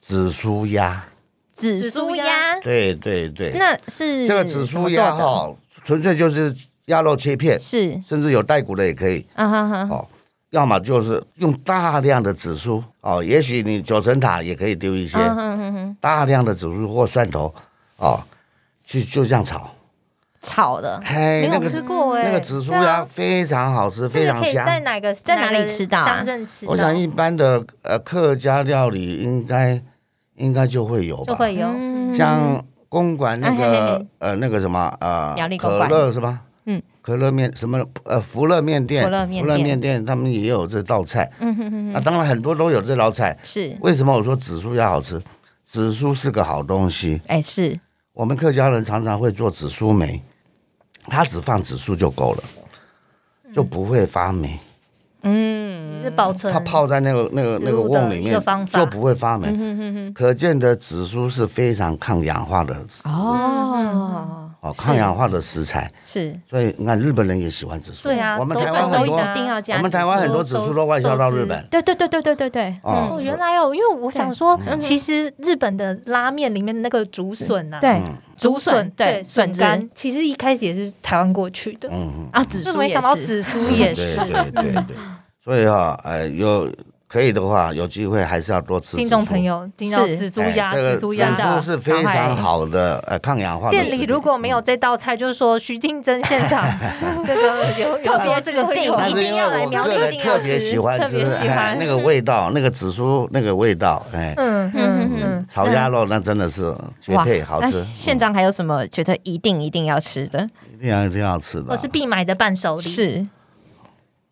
Speaker 3: 紫苏鸭，
Speaker 2: 紫苏鸭，
Speaker 3: 对对对，
Speaker 2: 那是
Speaker 3: 这个紫苏
Speaker 2: 怎么做
Speaker 3: 鸭
Speaker 2: 的，
Speaker 3: 哈，纯粹就是鸭肉切片，
Speaker 2: 是
Speaker 3: 甚至有带骨的也可以
Speaker 2: 啊哈哈，
Speaker 3: 哦。要么就是用大量的紫苏哦，也许你九层塔也可以丢一些，
Speaker 2: 嗯哼哼哼，
Speaker 3: 大量的紫苏或蒜头哦，去就这样炒。
Speaker 2: 炒的，
Speaker 3: 嘿
Speaker 1: 没，
Speaker 3: 那
Speaker 1: 有
Speaker 3: 个
Speaker 1: 吃过哎，
Speaker 3: 那个紫苏
Speaker 1: 对
Speaker 3: 鸭
Speaker 1: 啊
Speaker 3: 非常好吃，
Speaker 1: 这
Speaker 3: 非
Speaker 1: 个
Speaker 3: 常
Speaker 1: 可以
Speaker 3: 香。
Speaker 1: 在哪个
Speaker 2: 在哪里
Speaker 1: 个
Speaker 2: 吃到啊
Speaker 1: 乡镇吃到，
Speaker 3: 我想一般的呃客家料理应该应该就会有
Speaker 1: 就
Speaker 3: 吧，
Speaker 1: 会有。
Speaker 2: 嗯
Speaker 3: 像公馆那
Speaker 2: 哎嘿
Speaker 3: 个
Speaker 2: 嘿
Speaker 3: 呃那个什么呃
Speaker 2: 苗栗公
Speaker 3: 可
Speaker 2: 馆
Speaker 3: 乐是吧？
Speaker 2: 嗯，
Speaker 3: 可乐面什么呃福乐面店，
Speaker 2: 福乐面店
Speaker 3: 店他们也有这道菜，
Speaker 2: 嗯哼哼
Speaker 3: 那当然很多都有这道菜。
Speaker 2: 哼，是，
Speaker 3: 为什么我说紫苏要好吃？紫苏是个好东西，
Speaker 2: 哎是，
Speaker 3: 我们客家人常常会做紫苏梅，它只放紫苏就够了，就不会发霉。
Speaker 2: 嗯，
Speaker 1: 是保存
Speaker 3: 它泡在那个那个那个瓮
Speaker 1: 植物的
Speaker 3: 里
Speaker 1: 一个
Speaker 3: 面
Speaker 1: 方法嗯
Speaker 3: 就不会发霉。
Speaker 1: 啊
Speaker 3: 可见的紫苏是非常抗氧化的
Speaker 2: 哦，
Speaker 3: 哦抗氧化的食材，
Speaker 2: 是
Speaker 3: 所以你看日本人也喜欢紫苏，
Speaker 1: 对啊，
Speaker 3: 我们
Speaker 1: 都
Speaker 3: 台湾
Speaker 1: 都
Speaker 3: 很多
Speaker 1: 一啊
Speaker 2: 一
Speaker 1: 定
Speaker 2: 定要加，
Speaker 3: 我们台湾很多紫苏都外销到日本
Speaker 1: 对对对对对对对。
Speaker 3: 哦
Speaker 1: 哦，
Speaker 3: 是
Speaker 1: 原来哦，因为我想说
Speaker 2: 嗯，
Speaker 1: 其实日本的拉面里面的那个竹笋啊，
Speaker 2: 对
Speaker 3: 嗯
Speaker 2: 竹笋
Speaker 1: 对
Speaker 2: 笋
Speaker 1: 笋
Speaker 2: 干
Speaker 1: 干，其实一开始也是台湾过去的，
Speaker 3: 嗯
Speaker 2: 啊，紫
Speaker 1: 就
Speaker 2: 苏
Speaker 1: 没想到
Speaker 2: 也是
Speaker 1: 紫苏
Speaker 3: 嗯，
Speaker 1: 也是
Speaker 3: 对。对对对，所以哈，呃，有可以的话，有机会还是要多吃。
Speaker 1: 听众朋。友听到紫苏鸭，
Speaker 3: 哎这个
Speaker 1: 紫苏鸭
Speaker 2: 真的
Speaker 1: 的。
Speaker 3: 是非常好的呃抗氧化的
Speaker 1: 店
Speaker 3: 食
Speaker 1: 里
Speaker 3: 品嗯
Speaker 1: 如果没有这道菜，就是说徐定珍现 场这个有有
Speaker 2: 特别
Speaker 1: 说这个会有
Speaker 2: 指定
Speaker 3: 但是因为我个人特别喜欢
Speaker 1: 特
Speaker 3: 吃
Speaker 1: 别喜
Speaker 3: 哎
Speaker 1: 欢
Speaker 3: 那个味道，那个紫苏那个味道，哎，
Speaker 1: 嗯嗯
Speaker 2: 嗯
Speaker 1: 嗯，
Speaker 3: 炒鸭肉那真的是绝
Speaker 2: 哇
Speaker 3: 配，好
Speaker 2: 那
Speaker 3: 吃，
Speaker 2: 现场还有什么觉得一定一定要吃的？
Speaker 3: 一定要一定要吃的
Speaker 1: 我，是必买的伴手礼。
Speaker 2: 是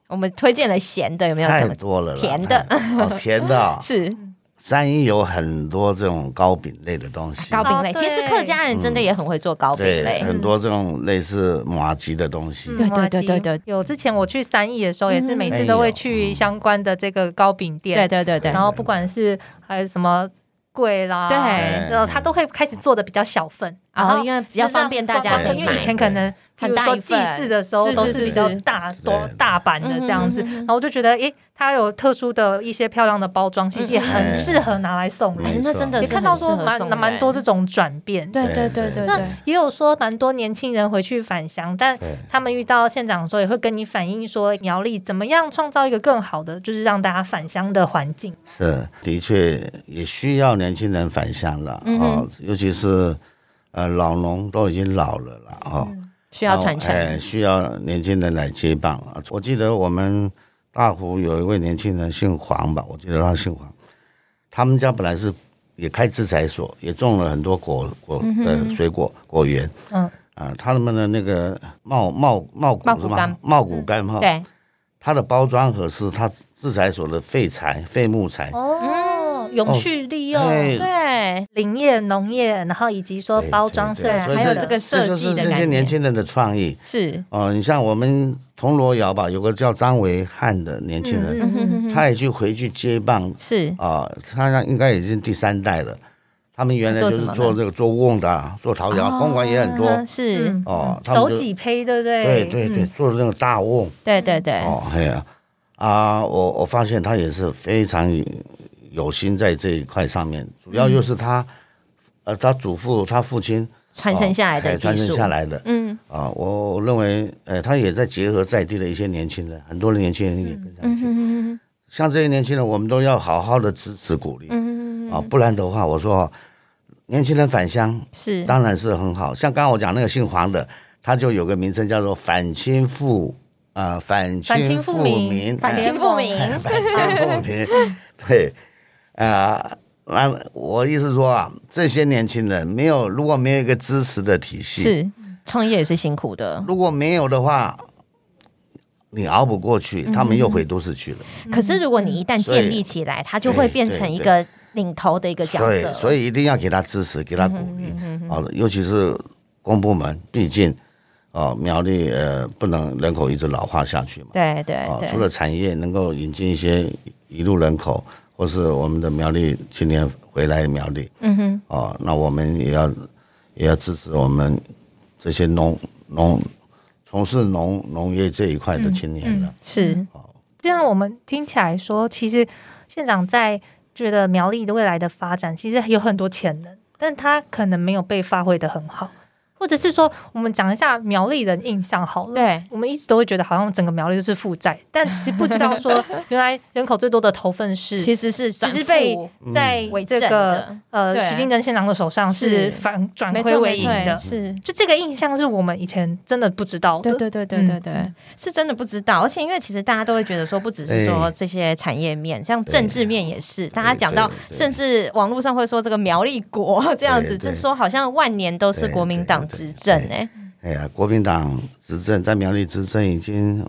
Speaker 2: 我们推荐了咸的，有没有？
Speaker 3: 太多了啦，
Speaker 2: 甜的，
Speaker 3: 哎哦甜的哦
Speaker 2: 是
Speaker 3: 三一有很多这种糕饼类的东西，
Speaker 2: 糕饼类，
Speaker 1: 哦
Speaker 2: 其
Speaker 1: 对
Speaker 2: 实客家人真的也很会做糕饼
Speaker 3: 对，
Speaker 2: 类，
Speaker 3: 很多这种类似麻吉的东
Speaker 1: 嗯
Speaker 3: 西，
Speaker 2: 对对对
Speaker 1: 麻吉
Speaker 2: 对对嗯
Speaker 1: 有之前我去三义的时候，也是每
Speaker 3: 哎
Speaker 1: 次都会去相关的这个糕饼
Speaker 2: 对
Speaker 1: 店，
Speaker 2: 对对对
Speaker 1: 然，后不管是还有什么贵啦，
Speaker 2: 对
Speaker 3: 哎
Speaker 2: 哦
Speaker 1: 然后他都会开始做的比较小份，然
Speaker 2: 然后
Speaker 1: 后
Speaker 2: 因为比较方便大
Speaker 1: 是
Speaker 2: 家可
Speaker 1: 让
Speaker 2: 以
Speaker 1: 因
Speaker 2: 买
Speaker 1: 为以，前可能
Speaker 2: 很
Speaker 1: 比如
Speaker 2: 大
Speaker 1: 说
Speaker 2: 一
Speaker 1: 祭
Speaker 2: 份
Speaker 1: 祀的时候
Speaker 2: 是
Speaker 1: 都
Speaker 2: 是
Speaker 1: 是比较
Speaker 2: 是
Speaker 1: 大
Speaker 3: 对
Speaker 1: 多大版的这样子，
Speaker 2: 嗯嗯嗯嗯
Speaker 1: 然后我就觉得，诶，它有特殊的一些漂亮的包装，其实也很适合拿来送
Speaker 3: 嗯
Speaker 1: 人
Speaker 2: 哎，那真的
Speaker 1: 也
Speaker 2: 是
Speaker 1: 看到
Speaker 2: 很适合
Speaker 1: 说蛮
Speaker 2: 送人哎
Speaker 1: 蛮多这种转变，
Speaker 2: 对对
Speaker 3: 对
Speaker 2: 对对
Speaker 3: 哎对
Speaker 1: 那
Speaker 2: 对，
Speaker 1: 也有说蛮多年轻人回去返乡，但
Speaker 3: 对
Speaker 1: 他们遇到县长的时候，也会跟你反映说苗栗怎么样创造一个更好的，就是让大家返乡的环境。
Speaker 3: 是的确也需要年轻人返乡了
Speaker 2: 嗯哼
Speaker 3: 哦，尤其是呃老农都已经老了啦哦，
Speaker 2: 嗯需要传
Speaker 3: 然后哎
Speaker 2: 承，
Speaker 3: 需要年轻人来接棒啊。我记得我们大湖有一位年轻人姓黄吧，我记得他姓黄，他们家本来是也开制裁所，也种了很多果果
Speaker 2: 嗯
Speaker 3: 呃水果果园，
Speaker 1: 嗯
Speaker 3: 啊，他们的那个茂茂茂
Speaker 2: 茂
Speaker 3: 谷
Speaker 2: 谷
Speaker 3: 是吗
Speaker 2: 柑？
Speaker 3: 茂谷柑哈，
Speaker 2: 对，
Speaker 3: 它的包装盒是它制裁所的废材废木材，
Speaker 1: 哦，永续利用、
Speaker 3: 哎
Speaker 2: 对，
Speaker 1: 林业、农业，然后以及说
Speaker 3: 对
Speaker 1: 包装
Speaker 3: 对
Speaker 1: 设
Speaker 3: 对
Speaker 1: 计，
Speaker 3: 所以
Speaker 1: 还有这
Speaker 2: 这个
Speaker 1: 个
Speaker 2: 设
Speaker 3: 这就
Speaker 2: 计的
Speaker 3: 是
Speaker 2: 概
Speaker 3: 这些
Speaker 2: 念
Speaker 3: 年轻人的创意。
Speaker 2: 是，
Speaker 3: 哦、你像我们铜锣窑吧，有个叫张维汉的年轻人，
Speaker 1: 嗯嗯嗯
Speaker 3: 他也去回去接棒
Speaker 2: 是
Speaker 3: 啊、他应该已经第三代了。他们原来就是
Speaker 2: 做什么
Speaker 3: 做
Speaker 2: 呢
Speaker 3: 这个做瓮的啊，做陶窑，公馆也很多
Speaker 2: 嗯是，
Speaker 1: 嗯
Speaker 3: 哦。他们
Speaker 1: 手
Speaker 3: 就
Speaker 1: 几胚，对不对？
Speaker 3: 对对对，
Speaker 1: 嗯，
Speaker 3: 做这个大瓮
Speaker 2: 对对对，
Speaker 3: 哦，嘿呀啊，我我发现他也是非常有心在这一块上面，主要就是他呃，他祖父他父亲
Speaker 2: 传承下来
Speaker 3: 哦
Speaker 2: 的
Speaker 3: 哎
Speaker 2: 技
Speaker 3: 传承
Speaker 2: 术，
Speaker 3: 下来的
Speaker 2: 嗯
Speaker 3: 啊，我认为，呃，他也在结合在地的一些年轻人，很多的年轻人也跟上
Speaker 2: 嗯
Speaker 3: 去。
Speaker 2: 嗯
Speaker 3: 像这些年轻人，我们都要好好的支持鼓励、
Speaker 2: 嗯
Speaker 3: 啊，不然的话，我说哦年轻人返乡
Speaker 2: 是，
Speaker 3: 当然是很好。像刚刚我讲那个姓黄的，他就有个名称叫做反清复啊、反
Speaker 1: 反
Speaker 3: 清
Speaker 1: 清
Speaker 3: 复
Speaker 1: 复明，
Speaker 3: 明，哎
Speaker 1: 清复明，
Speaker 3: 反清复明，对，啊、那我意思说啊，这些年轻人没有如果没有一个支持的体系，
Speaker 2: 是创业也是辛苦的，
Speaker 3: 如果没有的话，你熬不过去，
Speaker 2: 嗯
Speaker 3: 他们又回都市去了。
Speaker 2: 可是如果你一旦
Speaker 3: 嗯所以哎
Speaker 2: 建立起来，它就会变成一个领头的一嗯个角
Speaker 3: 所以
Speaker 2: 色，，
Speaker 3: 所以一定要给他支持，给他鼓励啊、尤其是公部门，毕竟哦，苗栗呃不能人口一直老化下去嘛。
Speaker 2: 对哎对
Speaker 3: 啊、除
Speaker 2: 对，
Speaker 3: 了产业能够引进一些移入人口，或是我们的苗栗青年回来苗栗
Speaker 2: 嗯哼，
Speaker 3: 哦，那我们也要也要支持我们这些农农从事农农业这一块的青年了。
Speaker 2: 是
Speaker 1: 这样我们听起来说，其实县长在觉得苗栗的未来的发展，其实有很多潜能，但他可能没有被发挥的很好，或者是说，我们讲一下苗栗人印象好了。
Speaker 2: 对
Speaker 1: 我们一直都会觉得好像整个苗栗就是负债，但其实不知道 说，原来人口最多的头份市，
Speaker 2: 其实是
Speaker 1: 只
Speaker 2: 转
Speaker 1: 是被
Speaker 2: 负
Speaker 3: 嗯
Speaker 1: 在
Speaker 2: 为
Speaker 1: 这
Speaker 2: 正
Speaker 1: 个
Speaker 2: 的对
Speaker 1: 呃徐定珍县长的手上
Speaker 2: 是
Speaker 1: 是反转
Speaker 2: 没
Speaker 1: 亏
Speaker 2: 错
Speaker 1: 为
Speaker 2: 没
Speaker 1: 盈
Speaker 2: 错，
Speaker 1: 的，
Speaker 2: 是。
Speaker 1: 就这个印象是我们以前真的不知道
Speaker 3: 哦
Speaker 1: 的。
Speaker 2: 对对对
Speaker 3: 嗯
Speaker 2: 对对对，是真的不知道，而且因为其实大家都会觉得说，不只是说这些产业面，像政治面也是，大家讲到
Speaker 3: 对，对
Speaker 2: 甚至网络上会说这个苗栗国这样子，
Speaker 3: 对对
Speaker 2: 就是说好像万年都是国民党执政
Speaker 3: 对对
Speaker 2: 哎，
Speaker 3: 哎呀，国民党执政在苗栗执政已经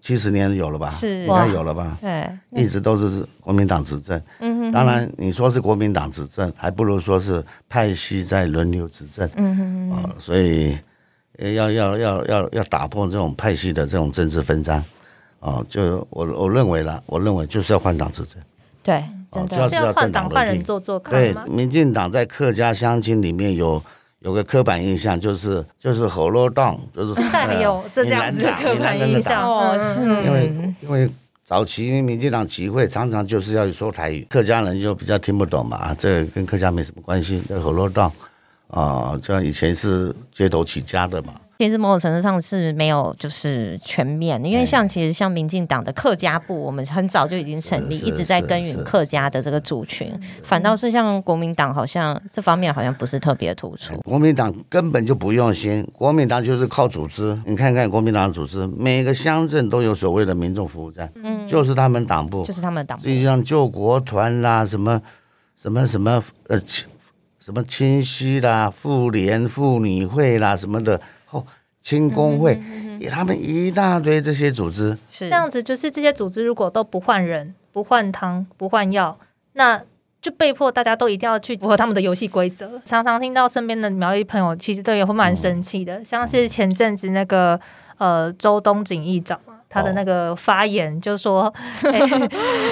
Speaker 3: 七十年有了吧？
Speaker 2: 是
Speaker 3: 应该有了吧？
Speaker 2: 对，
Speaker 3: 一直都是国民党执政。
Speaker 2: 嗯
Speaker 3: 当然，你说是国民党执政，还不如说是派系在轮流执政
Speaker 2: 嗯哼
Speaker 3: 啊、所以呃要要要要要打破这种派系的这种政治分赃。哦，就我我认为啦，我认为就是要换党执政，
Speaker 2: 对，
Speaker 3: 哦
Speaker 2: 真
Speaker 3: 就
Speaker 2: 的
Speaker 1: 是
Speaker 3: 知道
Speaker 1: 要换
Speaker 3: 政
Speaker 1: 党
Speaker 3: 党
Speaker 1: 换
Speaker 3: 轮
Speaker 1: 人
Speaker 3: 替
Speaker 1: 做做看
Speaker 3: 对
Speaker 1: 吗，？
Speaker 3: 民进党在客家乡亲里面有有个刻板印象，就是就是喉咙洞，就是呃
Speaker 1: 现在还有
Speaker 3: 嗯
Speaker 1: 这这样子的刻板印象
Speaker 2: 哦，
Speaker 1: 嗯
Speaker 2: 是
Speaker 3: 因为因为早期民进党集会常常就是要说台语，客家人就比较听不懂嘛，啊，这跟客家没什么关系。这火罗道啊，这样以前是街头起家的嘛，
Speaker 2: 其实某种程度上是没有就是全面的，
Speaker 3: 哎
Speaker 2: 因为像其实像民进党的客家部，我们很早就已经成立，
Speaker 3: 是
Speaker 2: 一直在
Speaker 3: 是
Speaker 2: 耕耘
Speaker 3: 是嗯
Speaker 2: 客家的这个族群，反倒是像国民党好像这方面好像不是特别突出。
Speaker 3: 国民党根本就不用心，国民党就是靠组织。你看看国民党的组织，每个乡镇都有所谓的民众服务站，
Speaker 2: 嗯，
Speaker 3: 就是他们党部
Speaker 2: 就，是他们的党部
Speaker 3: 实际上救国团啦，什么什么什么呃，清什么清溪啦、妇联、妇女会啦什么的，哦，青
Speaker 2: 嗯
Speaker 3: 工会，他们一大堆这些组织，
Speaker 2: 是
Speaker 1: 这样子就是这些组织如果都不换人、不换汤、不换药，那就被迫大家都一定要去符合他们的游戏规则。常常听到身边的苗栗朋友其实都也会
Speaker 3: 嗯
Speaker 1: 蛮生气的，像是前阵子那个呃周东锦议长嘛。他
Speaker 3: 哦
Speaker 1: 的那个发言就 说， 哎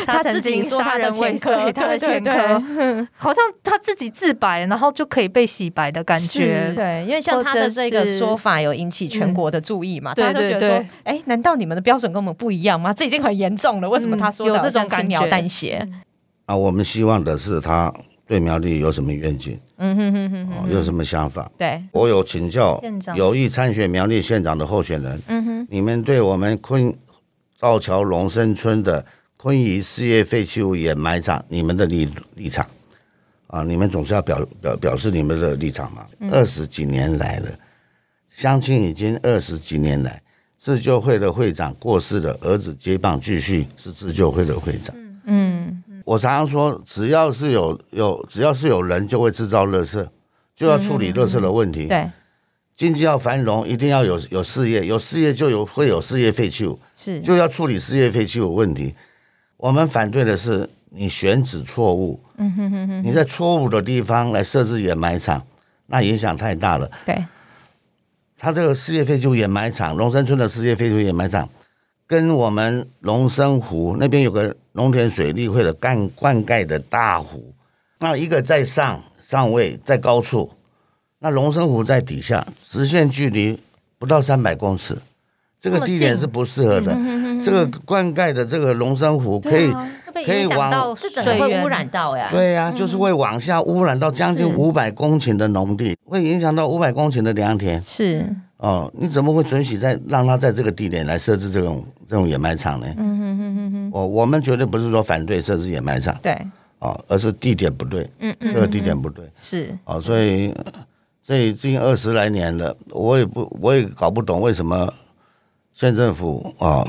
Speaker 2: 他
Speaker 1: 曾
Speaker 2: 自己
Speaker 1: 经
Speaker 2: 说他
Speaker 1: 杀
Speaker 2: 的
Speaker 1: 人
Speaker 2: 前
Speaker 1: 未
Speaker 2: 科
Speaker 1: 遂，他的
Speaker 2: 对
Speaker 1: 前
Speaker 2: 对
Speaker 1: 科，好像他自己自白，然后就可以被洗白的感觉
Speaker 2: 是。对，因为像
Speaker 1: 或
Speaker 2: 他
Speaker 1: 者
Speaker 2: 的这个
Speaker 1: 是
Speaker 2: 说法有引起全国的注意嘛，
Speaker 1: 对
Speaker 2: 大家都觉得
Speaker 1: 对
Speaker 2: 说
Speaker 1: 对，
Speaker 2: 哎，难道你们的标准跟我们不一样吗？这已经很严重了，为什么
Speaker 1: 嗯
Speaker 2: 他说的
Speaker 1: 有这
Speaker 2: 好像
Speaker 1: 种感
Speaker 2: 轻描
Speaker 1: 觉
Speaker 2: 淡写？
Speaker 3: 啊，我们希望的是他对苗栗有什么愿景，
Speaker 2: 嗯哼哼哼
Speaker 3: 哦
Speaker 2: 哼，，
Speaker 3: 有什么想法。
Speaker 2: 对，
Speaker 3: 我有请教
Speaker 1: 县长
Speaker 3: 有意参选苗栗县长的候选人，
Speaker 2: 嗯哼，
Speaker 3: 你们对我们昆造桥龙生村的昆宜事业废弃物掩埋场，你们的立立场啊，你们总是要表表表示你们的立场嘛。
Speaker 2: 嗯
Speaker 3: 二十几年来了，相亲已经二十几年来，自救会的会长过世了，儿子接棒继续是自救会的会长。
Speaker 2: 嗯，
Speaker 3: 我常常说，只要是有有只要是有人，就会制造垃圾，就要处理垃圾的问题。
Speaker 2: 对，
Speaker 3: 经济要繁荣，一定要有有事业，有事业就有会有事业废弃物。
Speaker 2: 是，
Speaker 3: 就要处理事业废弃物问题。我们反对的是你选址错误，
Speaker 2: 嗯哼哼哼，
Speaker 3: 你在错误的地方来设置掩埋场，那影响太大了。
Speaker 2: 对，
Speaker 3: 它这个事业废弃物掩埋场，龙山村的事业废弃物掩埋场，跟我们龙山湖那边有个农田水利会的灌灌溉的大湖，那一个在上上位，在高处，那龙山湖在底下，直线距离不到三百公尺，这个
Speaker 1: 这么
Speaker 3: 地点
Speaker 1: 近
Speaker 3: 是不适
Speaker 2: 嗯
Speaker 3: 合的。这个灌溉的这个龙山湖可以，
Speaker 2: 啊
Speaker 1: 会被
Speaker 3: 可以
Speaker 1: 影响
Speaker 3: 往
Speaker 1: 到
Speaker 2: 这
Speaker 1: 水
Speaker 2: 整个会
Speaker 1: 源
Speaker 2: 污染到呀，
Speaker 3: 对呀、啊就是会往下污染到将近
Speaker 2: 嗯是
Speaker 3: 五百公顷的农地，会影响到五百公顷的良田。
Speaker 2: 是，
Speaker 3: 哦，你怎么会准许在让他在这个地点来设置这种这种掩埋场呢？
Speaker 2: 嗯哼哼哼哼，
Speaker 3: 我我们绝对不是说反对设置掩埋场
Speaker 2: 对，
Speaker 3: 哦，而是地点不对，
Speaker 2: 嗯
Speaker 3: 这个地点不对
Speaker 2: 是，
Speaker 3: 哦，所以呃这近二十来年了，我也不我也搞不懂为什么县政府哦，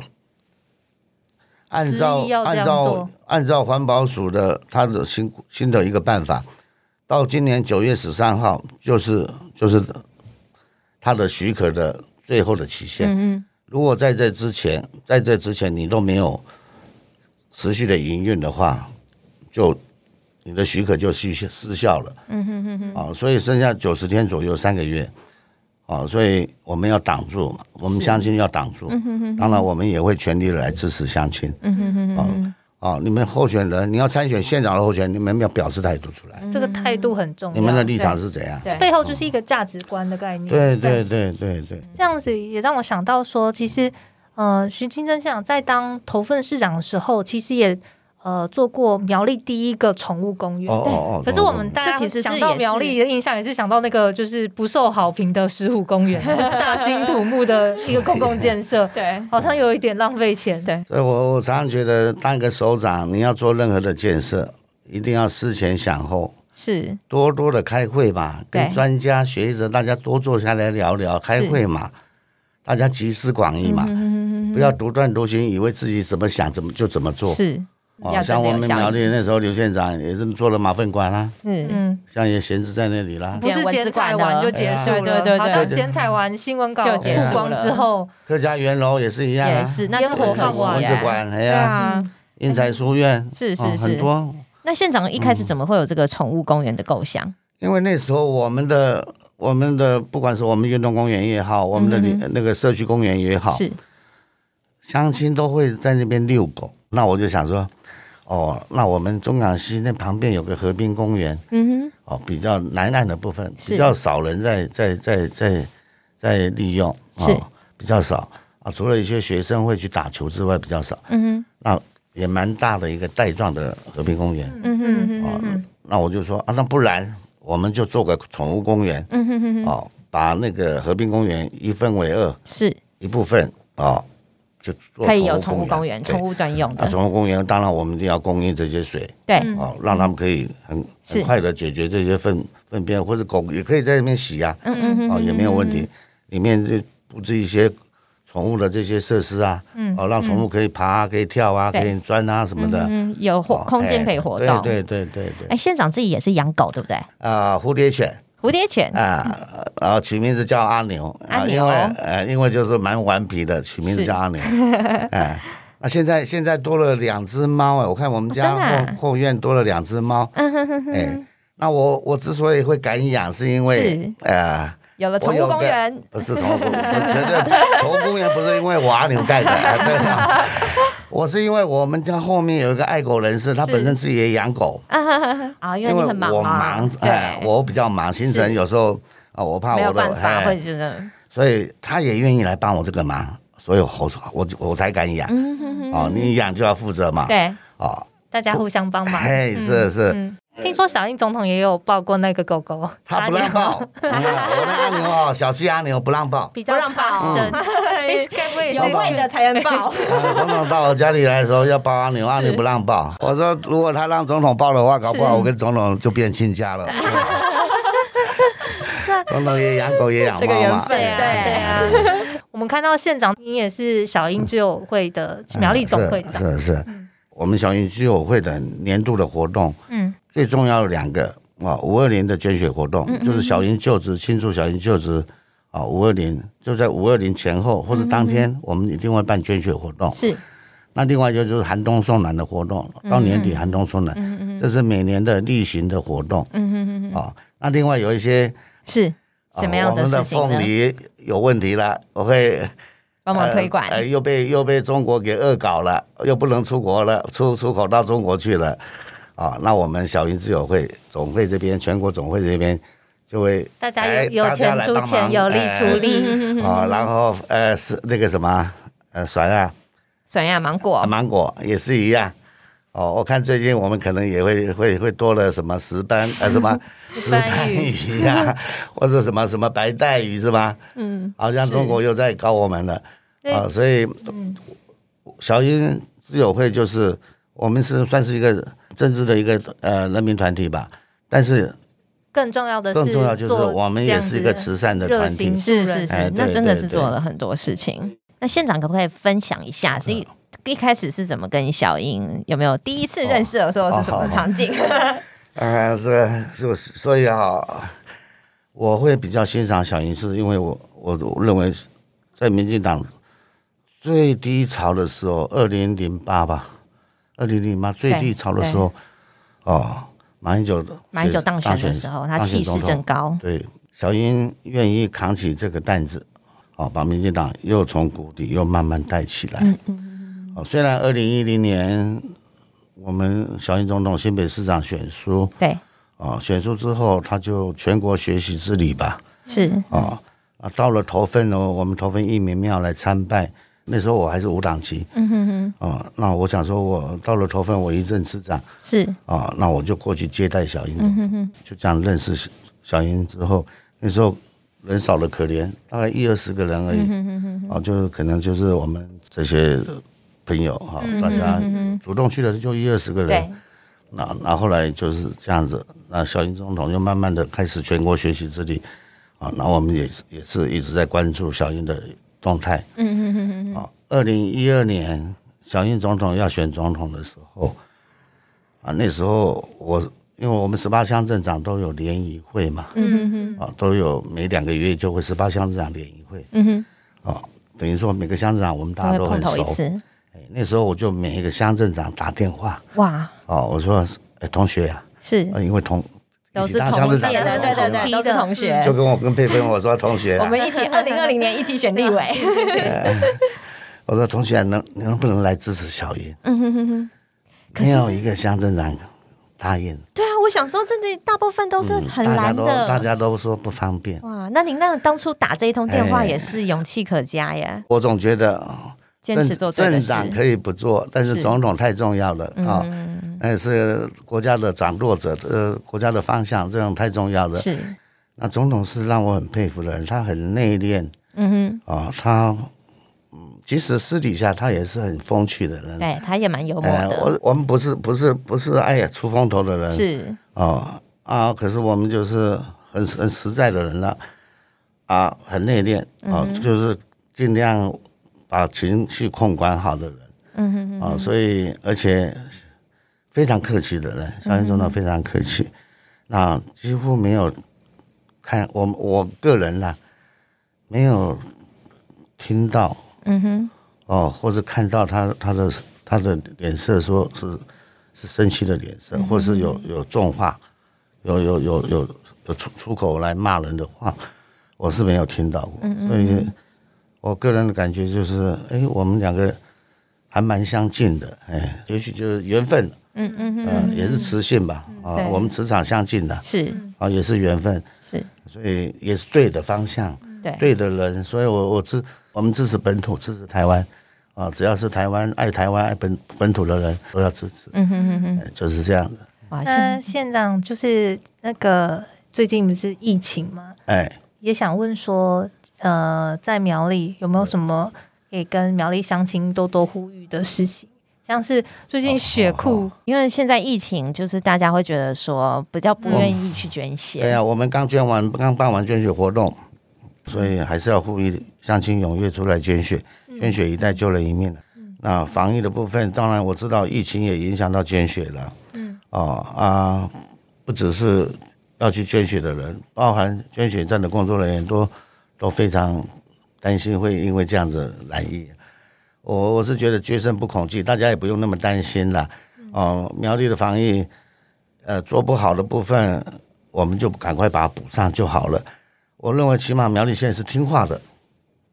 Speaker 3: 按照
Speaker 1: 执意要这
Speaker 3: 按
Speaker 1: 样
Speaker 3: 照
Speaker 1: 做
Speaker 3: 按照环保署的他的新新的一个办法，到今年九月十三号就是就是他的许可的最后的期限。
Speaker 2: 嗯
Speaker 3: 如果在这之前，在这之前你都没有持续的营运的话，就你的许可就失效失效了。嗯哼哼哼。啊，所以剩下九十天左右，三个月。啊，所以我们要挡住嘛，我们相亲要挡住。嗯哼哼。当然，我们也会全力的来支持相亲。
Speaker 2: 嗯哼哼哼哼，
Speaker 3: 啊，你们候选人，你要参选县长的候选人，你们要表示态度出来，
Speaker 1: 这个态度很重要。
Speaker 3: 你们的立场是怎样？
Speaker 2: 嗯对，哦
Speaker 1: 背后就是一个价值观的概念。
Speaker 3: 对对对对对。
Speaker 2: 嗯
Speaker 1: 这样子也让我想到说，其实呃，徐清正县长在当头份市长的时候，其实也呃做过苗栗第一个宠物公园。
Speaker 3: 哦哦哦。
Speaker 1: 可是我们
Speaker 3: 懂
Speaker 1: 大家
Speaker 2: 这其实是
Speaker 1: 想到
Speaker 2: 也是
Speaker 1: 苗栗的印象，也是想到那个就是不受好评的石虎公 园，大兴土木的一个公共建设，
Speaker 2: 对，
Speaker 1: 好像有一点浪费钱。
Speaker 2: 对
Speaker 3: 所以我我常常觉得，当一个首长，你要做任何的建设，一定要思前想后，
Speaker 2: 是，
Speaker 3: 多多的开会嘛，
Speaker 2: 对
Speaker 3: 跟专家学者大家多坐下来聊聊，开会嘛，大家集思广益嘛，
Speaker 2: 嗯
Speaker 3: 不要独断独行，以为自己怎么想怎么就怎么做。
Speaker 2: 是，
Speaker 3: 哦，
Speaker 2: 要真
Speaker 3: 像
Speaker 2: 的
Speaker 3: 我
Speaker 2: 有
Speaker 3: 们
Speaker 2: 效
Speaker 3: 苗
Speaker 2: 益
Speaker 3: 栗那时候刘县长也是做了马粪馆啦，
Speaker 2: 嗯，
Speaker 1: 嗯，
Speaker 3: 像也闲置在那里啦。
Speaker 1: 不是剪彩完就结
Speaker 3: 啊
Speaker 1: 束了，
Speaker 2: 对对对对
Speaker 1: 好像剪彩完新闻稿
Speaker 2: 就结
Speaker 3: 束了
Speaker 1: 曝光之后，
Speaker 3: 客家园楼也是一样
Speaker 2: 也
Speaker 3: 啊，
Speaker 2: 是，那
Speaker 1: 烟
Speaker 2: 就
Speaker 1: 火
Speaker 2: 很可
Speaker 1: 放
Speaker 2: 惜
Speaker 1: 完
Speaker 3: 文
Speaker 2: 耶
Speaker 3: 字馆，哎
Speaker 2: 对
Speaker 3: 呀，
Speaker 2: 啊。
Speaker 3: 英才书院
Speaker 2: 是是
Speaker 3: 哦很
Speaker 2: 是
Speaker 3: 多。
Speaker 2: 那县长一开
Speaker 3: 嗯
Speaker 2: 始怎么会有这个宠物公园的构想？
Speaker 3: 因为那时候我们的我们的不管是我们运动公园也好，我
Speaker 2: 嗯
Speaker 3: 们的里、那个社区公园也好，
Speaker 2: 是，
Speaker 3: 乡亲都会在那边遛狗。那我就想说，哦，那我们中港西那旁边有个河滨公园，
Speaker 2: 嗯
Speaker 3: 哦，比较南岸的部分
Speaker 2: 是
Speaker 3: 比较少人在在在在在利用，
Speaker 2: 是
Speaker 3: 哦、比较少啊。除了一些学生会去打球之外，比较少。
Speaker 2: 哼，嗯
Speaker 3: 那也蛮大的一个带状的和平公园。
Speaker 2: 哼，
Speaker 3: 哦
Speaker 2: 嗯哼嗯哼，
Speaker 3: 那我就说啊，那不然我们就做个宠物公园，
Speaker 2: 嗯哼哼哼，
Speaker 3: 哦，把那个和平公园一分为二，
Speaker 2: 是
Speaker 3: 一部分哦就做
Speaker 2: 可以有宠物公
Speaker 3: 公
Speaker 2: 园、
Speaker 3: 对
Speaker 2: 宠物专用
Speaker 3: 那
Speaker 2: 的，
Speaker 3: 宠物公园当然我们一定要供应这些水，
Speaker 2: 对，
Speaker 1: 嗯
Speaker 3: 哦，让他们可以很
Speaker 2: 是
Speaker 3: 很快的解决这些粪粪便，或者狗也可以在那边洗呀、
Speaker 2: 嗯嗯哼
Speaker 3: 啊，哦，也没有问题。里面就布置一些宠物的这些设施啊，
Speaker 1: 嗯
Speaker 3: 哦，让宠物可以爬啊、可以跳啊、可
Speaker 2: 对
Speaker 3: 以钻啊什么的，
Speaker 2: 嗯，有活
Speaker 3: 哦
Speaker 2: 空间
Speaker 3: 哎
Speaker 2: 可以活动。
Speaker 3: 对对对对对
Speaker 2: 哎，，县长自己也是养狗，对不对？
Speaker 3: 啊，蝴蝶犬
Speaker 2: 蝴蝶犬，
Speaker 3: 啊，然后取名字叫阿牛，
Speaker 2: 阿
Speaker 3: 啊，
Speaker 2: 牛
Speaker 3: 因为呃，因为就是蛮顽皮的，取名字
Speaker 2: 是
Speaker 3: 叫 阿牛，哎。那现在现在多了两只猫哎，我看我们
Speaker 2: 哦
Speaker 3: 家
Speaker 2: 真的啊嗯
Speaker 3: 后后院多了两只猫，哎，那我我之所以会敢养，是因为呃，
Speaker 2: 有了宠
Speaker 3: 我
Speaker 2: 物
Speaker 3: 有
Speaker 2: 公
Speaker 3: 个
Speaker 2: 园，
Speaker 3: 不是宠物公园，不是绝对宠物公园不是因为我阿牛盖的，啊真的。我是因为我们家后面有一个爱狗人士，他
Speaker 2: 是
Speaker 3: 本身自己也养狗，
Speaker 2: 啊，因为你很忙
Speaker 3: 我
Speaker 2: 嘛，
Speaker 3: 忙，哎，
Speaker 2: 对，
Speaker 3: 我比较忙，行程
Speaker 2: 是
Speaker 3: 有时候啊，我怕
Speaker 2: 没有
Speaker 3: 我
Speaker 2: 办
Speaker 3: 的，
Speaker 2: 法会
Speaker 3: 哎，
Speaker 2: 觉得，
Speaker 3: 所以他也愿意来帮我这个忙，所以我我我才敢养。
Speaker 2: 嗯哼哼，
Speaker 3: 哦，你养就要负责嘛。
Speaker 2: 对，
Speaker 3: 哦，
Speaker 1: 大家互相帮忙。
Speaker 3: 嘿，是是，
Speaker 1: 嗯，听说小英总统也有抱过那个狗狗，
Speaker 3: 他不让抱，嗯我的阿牛哦，小气阿牛不让抱。
Speaker 1: 比较
Speaker 2: 不让抱，
Speaker 1: 怕生
Speaker 2: 嗯
Speaker 1: 该不会也
Speaker 2: 有
Speaker 1: 是
Speaker 2: 味的才能抱。
Speaker 3: 啊总统到我家里来的时候要抱阿牛，阿牛不让抱。我说如果他让总统抱的话，搞不好我跟总统就变亲家了。 总统也养狗也养
Speaker 2: 这个
Speaker 3: 猫
Speaker 2: 缘
Speaker 3: 嘛，
Speaker 2: 分
Speaker 3: 哎
Speaker 2: 对
Speaker 1: 啊， 我们看到县长，你也是小英之友会的苗栗总会长，
Speaker 3: 啊是是是，
Speaker 2: 嗯
Speaker 3: 我们小云居委会的年度的活动
Speaker 1: 嗯
Speaker 3: 最重要的两个啊，五二零的捐血活动
Speaker 2: 嗯
Speaker 3: 就是小云就职庆祝小云就职啊，五二零就在五二零前后或者当
Speaker 2: 嗯
Speaker 3: 天，我们一定会办捐血活动。
Speaker 2: 是，
Speaker 3: 那另外一个就是寒冬送暖的活动，
Speaker 2: 嗯
Speaker 3: 到年底寒冬送暖，这是每年的例行的活动
Speaker 2: 嗯哼哼哼，
Speaker 3: 啊。那另外有一些
Speaker 2: 是
Speaker 3: 啊
Speaker 2: 什么样
Speaker 3: 我们的
Speaker 2: 事情
Speaker 3: 凤
Speaker 2: 呢？
Speaker 3: 梨有问题了，我会
Speaker 2: 帮忙推广
Speaker 3: 呃，呃，又被又被中国给恶搞了，又不能出国了，出出口到中国去了，啊，那我们小云自友会总会这边，全国总会这边就会
Speaker 1: 大家
Speaker 3: 哎
Speaker 1: 有有
Speaker 3: 大家
Speaker 1: 钱
Speaker 3: 来
Speaker 1: 出
Speaker 3: 帮
Speaker 1: 钱，
Speaker 3: 忙
Speaker 1: 有力
Speaker 3: 哎
Speaker 1: 出
Speaker 2: 嗯
Speaker 1: 力，
Speaker 3: 啊，然后呃是那个什么呃甩啊
Speaker 2: 酸亚芒果，
Speaker 3: 芒果也是一样。哦，我看最近我们可能也会会会多了什么石斑 呃什么石斑鱼呀、或者什么什么白带鱼是吧？
Speaker 2: 嗯，
Speaker 3: 好像中国又在搞我们了
Speaker 1: 对
Speaker 3: 啊，所以
Speaker 1: 嗯
Speaker 3: 小英自友会就是我们是算是一个政治的一个呃人民团体吧，但是
Speaker 1: 更重要的是，
Speaker 3: 更重要就是我们也是一个慈善的团体。
Speaker 2: 是是
Speaker 3: 哎
Speaker 2: 是，
Speaker 3: 对
Speaker 2: 那真的是
Speaker 3: 对
Speaker 2: 做
Speaker 3: 对
Speaker 2: 了很多事情。那县长可不可以分享一
Speaker 3: 哦
Speaker 2: 下？是一一开始是怎么跟小英有没有第一次认识的时候是什么场景？
Speaker 3: 哦啊、是是，所以啊，我会比较欣赏小英，是因为我我我认为在民进党最低潮的时候，二零零八吧，二零零八最低潮的时候，哦，马英九
Speaker 2: 马英九当选的
Speaker 3: 选
Speaker 2: 时候，他
Speaker 3: 当选
Speaker 2: 气势
Speaker 3: 总统
Speaker 2: 正高，
Speaker 3: 对，小英愿意扛起这个担子，哦，把民进党又从谷底又慢慢带起来。哦，虽然二零一零年我们小英总统新北市长选书，
Speaker 2: 对，
Speaker 3: 哦，选书之后他就全国学习治理吧，
Speaker 2: 是
Speaker 3: 哦啊，到了投份哦，我们投份义民庙来参拜。那时候我还是无党籍，嗯哼哼，哦，那我想说，我到了投份，我一任市长，
Speaker 2: 是，
Speaker 3: 啊，那我就过去接待小英，就这样认识小小英之后，那时候人少的可怜，大概一二十个人而已，啊，就是可能就是我们这些朋友哈、大家主动去的就一二十个人
Speaker 2: 对，，
Speaker 3: 那那后来就是这样子，那小英总统就慢慢的开始全国学习之旅，啊，那我们也是也是一直在关注小英的动态，嗯嗯嗯嗯，啊，二零一二年小英总统要选总统的时候，啊，那时候我因为我们十八乡镇长都有联谊会嘛，
Speaker 1: 嗯嗯
Speaker 3: 啊，都有每两个月就会十八乡镇长联谊会，
Speaker 2: 嗯哼，
Speaker 3: 啊，等于说每个乡镇长我们
Speaker 2: 都
Speaker 3: 大
Speaker 2: 会
Speaker 3: 家都
Speaker 2: 碰
Speaker 3: 很
Speaker 2: 头一
Speaker 3: 熟，
Speaker 2: 次，
Speaker 3: 哎那时候我就每一个乡镇长打电话，
Speaker 2: 哇，
Speaker 3: 啊，我说，哎，同学呀、
Speaker 2: 是
Speaker 3: 啊，因为同
Speaker 2: 都
Speaker 3: 一起
Speaker 2: 是
Speaker 3: 当
Speaker 2: 同
Speaker 3: 乡镇
Speaker 2: 届
Speaker 3: 长
Speaker 2: 的，
Speaker 3: 的
Speaker 2: 对
Speaker 3: 同
Speaker 2: 对对，
Speaker 3: 学嘛
Speaker 2: 都是同学
Speaker 3: 就。跟我跟佩芬我说同学、
Speaker 2: 我
Speaker 3: 啊，
Speaker 2: 们一起二零二零年一起选立委，嗯
Speaker 3: 我说同学能能不能来支持小英？
Speaker 2: 可是
Speaker 3: 没有一个乡镇长答应，
Speaker 2: 对啊，我想说，真的大部分都是很
Speaker 3: 大家
Speaker 2: 难
Speaker 3: 都大
Speaker 2: 的。
Speaker 3: 家都说不方便。
Speaker 2: 哇，那您那当初打这一通电话
Speaker 3: 哎
Speaker 2: 也是勇气可嘉耶，
Speaker 3: 我总觉得哦
Speaker 2: 坚持做对
Speaker 3: 镇
Speaker 2: 的
Speaker 3: 镇
Speaker 2: 事。
Speaker 3: 长可以不做，但是
Speaker 2: 是
Speaker 3: 总统太重要了啊！
Speaker 2: 嗯，
Speaker 3: 那、是国家的掌舵者，呃，国家的方向，这样太重要了。
Speaker 2: 是，
Speaker 3: 那总统是让我很佩服的人，他很内敛
Speaker 2: 嗯
Speaker 3: 啊，他嗯，其实私底下他也是很风趣的人
Speaker 2: 哼，。对，他也蛮幽默
Speaker 3: 哎，
Speaker 2: 的，
Speaker 3: 我我们不是不是不是哎呀出风头的人，
Speaker 2: 是，
Speaker 3: 哦啊，可是我们就是很很实在的人了，啊，很内敛
Speaker 2: 嗯
Speaker 3: 啊，就是尽量把情绪控管好的人
Speaker 2: 嗯哼哼，
Speaker 3: 啊，所以而且非常客气的人，小英总
Speaker 2: 嗯
Speaker 3: 统非常客气，那几乎没有看我我个人啦，没有听到
Speaker 2: 嗯哼，
Speaker 3: 哦，或是看到他他的他的脸色，说是是生气的脸色，
Speaker 2: 嗯
Speaker 3: 或是有有重话，有有有有有出出口来骂人的话，我是没有听到
Speaker 2: 嗯
Speaker 3: 过。所以，我个人的感觉就是，哎，我们两个还蛮相近的，哎，也许就是缘分，
Speaker 2: 嗯嗯哼，
Speaker 3: 嗯，也是磁性吧，啊
Speaker 2: 对，
Speaker 3: 我们磁场相近的，
Speaker 2: 是
Speaker 3: 啊，也是缘分，
Speaker 2: 是，嗯
Speaker 3: 所以也是对的方向。
Speaker 2: 对，
Speaker 3: 对的人，所以我我支我们支持本土，支持台湾啊，只要是台湾爱台湾爱本本土的人都要支持，
Speaker 2: 嗯哼哼哼，
Speaker 3: 哎就是这样的。
Speaker 2: 哇，
Speaker 1: 那
Speaker 2: 现
Speaker 1: 县长就是那个最近不是疫情吗？
Speaker 3: 哎，
Speaker 1: 也想问说，呃，在苗栗有没有什么可以跟苗栗乡亲多多呼吁的事情？像是最
Speaker 3: 哦
Speaker 1: 近血库，
Speaker 2: 因为现在疫情，就是大家会觉得说比较不愿意去捐血，
Speaker 3: 嗯对呀、啊我们刚捐完，刚办完捐血活动，所以还是要呼吁乡亲踊跃出来捐血，捐血一代救了一命了。那防疫的部分，当然我知道疫情也影响到捐血了，嗯，哦啊，不只是要去捐血的人，包含捐血站的工作人员都都非常担心会因为这样子染疫。我我是觉得决胜不恐惧，大家也不用那么担心啦。哦，苗栗的防疫，呃，做不好的部分，我们就赶快把它补上就好了。我认为起码苗栗县是听话的，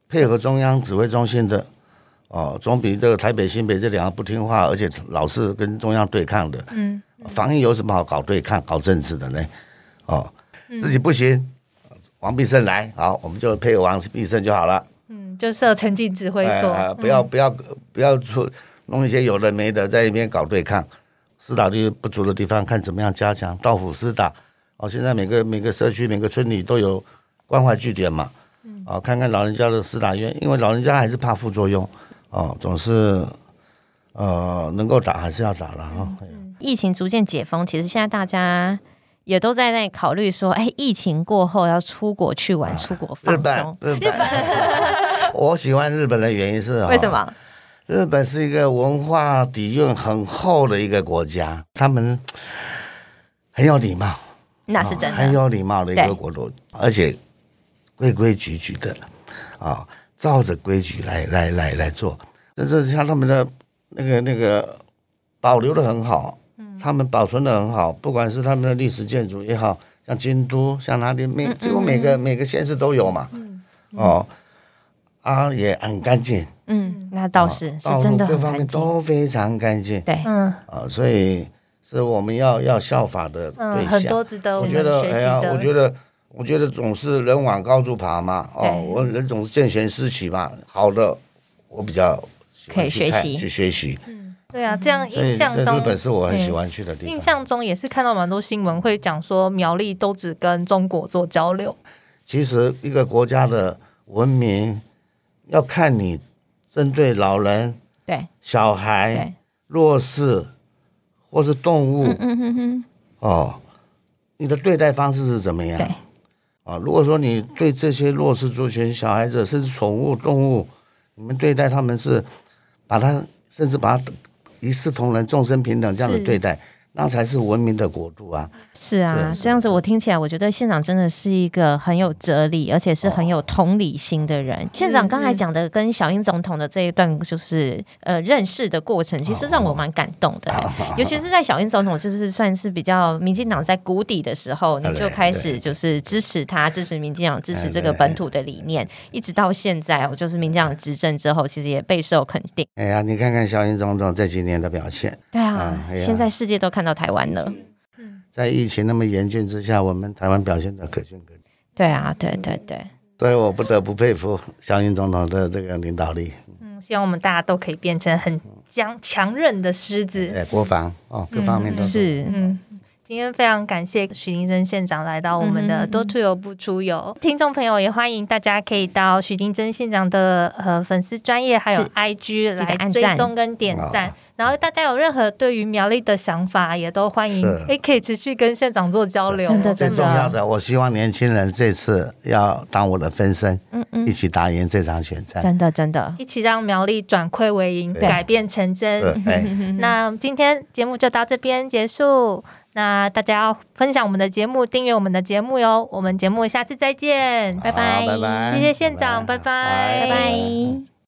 Speaker 3: 配合中央指挥中心的，哦，总比这个台北、新北这两个不听话，而且老是跟中央对抗的。
Speaker 1: 嗯，
Speaker 3: 防疫有什么好搞对抗、搞政治的呢？哦，自己不行，王必胜来，好，我们就配合王必胜就好了。
Speaker 1: 嗯，就设沉浸指挥
Speaker 3: 哎
Speaker 1: 所，
Speaker 3: 哎不要不要不要出弄一些有的没的在那边搞对抗，施打率不足的地方看怎么样加强，到府施打。哦，现在每个每个社区每个村里都有关怀据点嘛，啊、看看老人家的施打院，因为老人家还是怕副作用，哦，总是呃能够打还是要打了哈。哎
Speaker 2: 疫情逐渐解封，其实现在大家也都在那考虑说，哎，疫情过后要出国去玩，出国放
Speaker 3: 啊日本
Speaker 2: 松，，
Speaker 3: 日 本，我喜欢日本的原因是、哦、
Speaker 2: 为什？么？
Speaker 3: 日本是一个文化底蕴很厚的一个国家，他们很有礼貌，
Speaker 2: 那是真
Speaker 3: 啊很
Speaker 2: 的，
Speaker 3: 有礼貌的一
Speaker 2: 对
Speaker 3: 个国度，而且规规矩矩的啊，照着规矩来来来来做。这这像他们的那个那个保留的很好，
Speaker 2: 嗯
Speaker 3: 他们保存的很好，不管是他们的历史建筑也好，像京都，像哪里
Speaker 2: 嗯
Speaker 3: 每几乎每个每个县市都有嘛，
Speaker 1: 嗯
Speaker 3: 哦，啊也很干净，哦
Speaker 2: 嗯，那倒是是
Speaker 3: 啊道
Speaker 2: 真
Speaker 3: 路
Speaker 2: 的
Speaker 3: 各
Speaker 2: 很
Speaker 3: 方面
Speaker 2: 干净，
Speaker 3: 都非常干净
Speaker 2: 对，
Speaker 1: 嗯
Speaker 3: 啊，所以是我们要要效法的对
Speaker 1: 嗯，
Speaker 3: 象。
Speaker 1: 很多值得
Speaker 3: 我
Speaker 1: 们
Speaker 3: 觉得，
Speaker 1: 学习
Speaker 3: 哎呀，
Speaker 1: 的。
Speaker 3: 我觉得，我觉得总是人往高处爬嘛。哦，
Speaker 2: 对
Speaker 3: 我人总是见贤思齐嘛。好的，我比较喜欢
Speaker 2: 可以
Speaker 3: 去
Speaker 2: 学
Speaker 3: 看
Speaker 2: 习
Speaker 3: 去学习。
Speaker 1: 对啊，这样
Speaker 3: 所以
Speaker 1: 印象
Speaker 3: 这日本
Speaker 1: 中，
Speaker 3: 是我很
Speaker 1: 嗯
Speaker 3: 喜欢去的地
Speaker 1: 印
Speaker 3: 方。
Speaker 1: 象中也是看到蛮多新闻会讲说苗栗都只跟中国做交流，
Speaker 3: 其实一个国家的文明，要看你针对老人、
Speaker 2: 对
Speaker 3: 小
Speaker 2: 对
Speaker 3: 孩、，弱势或是动物
Speaker 2: 嗯哼哼，
Speaker 3: 哦，你的对待方式是怎么样
Speaker 2: 对？
Speaker 3: 啊，如果说你对这些弱势族群、小孩子甚至宠物、动物，你们对待他们是把他甚至把他一视同仁、众生平等这样的
Speaker 1: 是
Speaker 3: 对待，那才是文明的国度啊。
Speaker 2: 是啊，
Speaker 3: 是
Speaker 2: 这样子我听起来，我觉得县长真的是一个很有哲理，而且是
Speaker 3: 哦
Speaker 2: 很有同理心的人。县长刚才讲的跟小英总统的这一段，就是呃认识的过程，其实
Speaker 3: 哦
Speaker 2: 让我蛮感动的、 尤其是在小英总统就是算是比较民进党在谷底的时候，
Speaker 3: 对哎
Speaker 2: 你就开始就是支持他，支持民进党，支持这个本土的理念，一直到现在，我就是民进党执政之后，其实也备受肯定。
Speaker 3: 哎呀，你看看小英总统这几年的表现，
Speaker 2: 对啊
Speaker 3: 啊，哎呀
Speaker 2: 现在世界都看到台湾了。
Speaker 3: 在疫情那么严峻之下，我们台湾表现的可圈可点，
Speaker 2: 对啊，对对对。
Speaker 3: 所以我不得不佩服小英总统的这个领导力，
Speaker 1: 嗯，希望我们大家都可以变成很强强韧的狮子。
Speaker 3: 哎，国防哦，各方面都是。
Speaker 2: 是，
Speaker 1: 嗯，今天非常感谢许金珍县长来到我们
Speaker 2: 嗯哼
Speaker 1: 的
Speaker 2: 嗯哼
Speaker 1: 多出游不出游，听众朋友也欢迎大家可以到许金珍县长的呃粉丝专业还有
Speaker 2: 是
Speaker 1: IG
Speaker 2: 得
Speaker 1: 来
Speaker 2: 按
Speaker 1: 追
Speaker 2: 赞
Speaker 1: 踪跟点赞
Speaker 3: 哦。
Speaker 1: 然后大家有任何对于苗栗的想法，也都欢迎
Speaker 3: 是
Speaker 1: 诶可以持续跟县长做交流。
Speaker 2: 真的
Speaker 3: 最重要的，我希望年轻人这次要当我的分身，
Speaker 2: 嗯嗯
Speaker 3: 一，起打赢这场选战。
Speaker 2: 真的真的，
Speaker 1: 一起让苗栗转亏为盈，
Speaker 3: 对
Speaker 1: 改变成
Speaker 3: 对
Speaker 1: 真。，
Speaker 3: 哎，
Speaker 1: 那今天节目就到这边结束。那大家要分享我们的节目，订阅我们的节目哟。我们节目下次再见，
Speaker 3: 好拜拜
Speaker 1: 谢谢县长，
Speaker 3: 拜拜
Speaker 1: 拜
Speaker 2: 拜
Speaker 3: 拜
Speaker 2: 拜。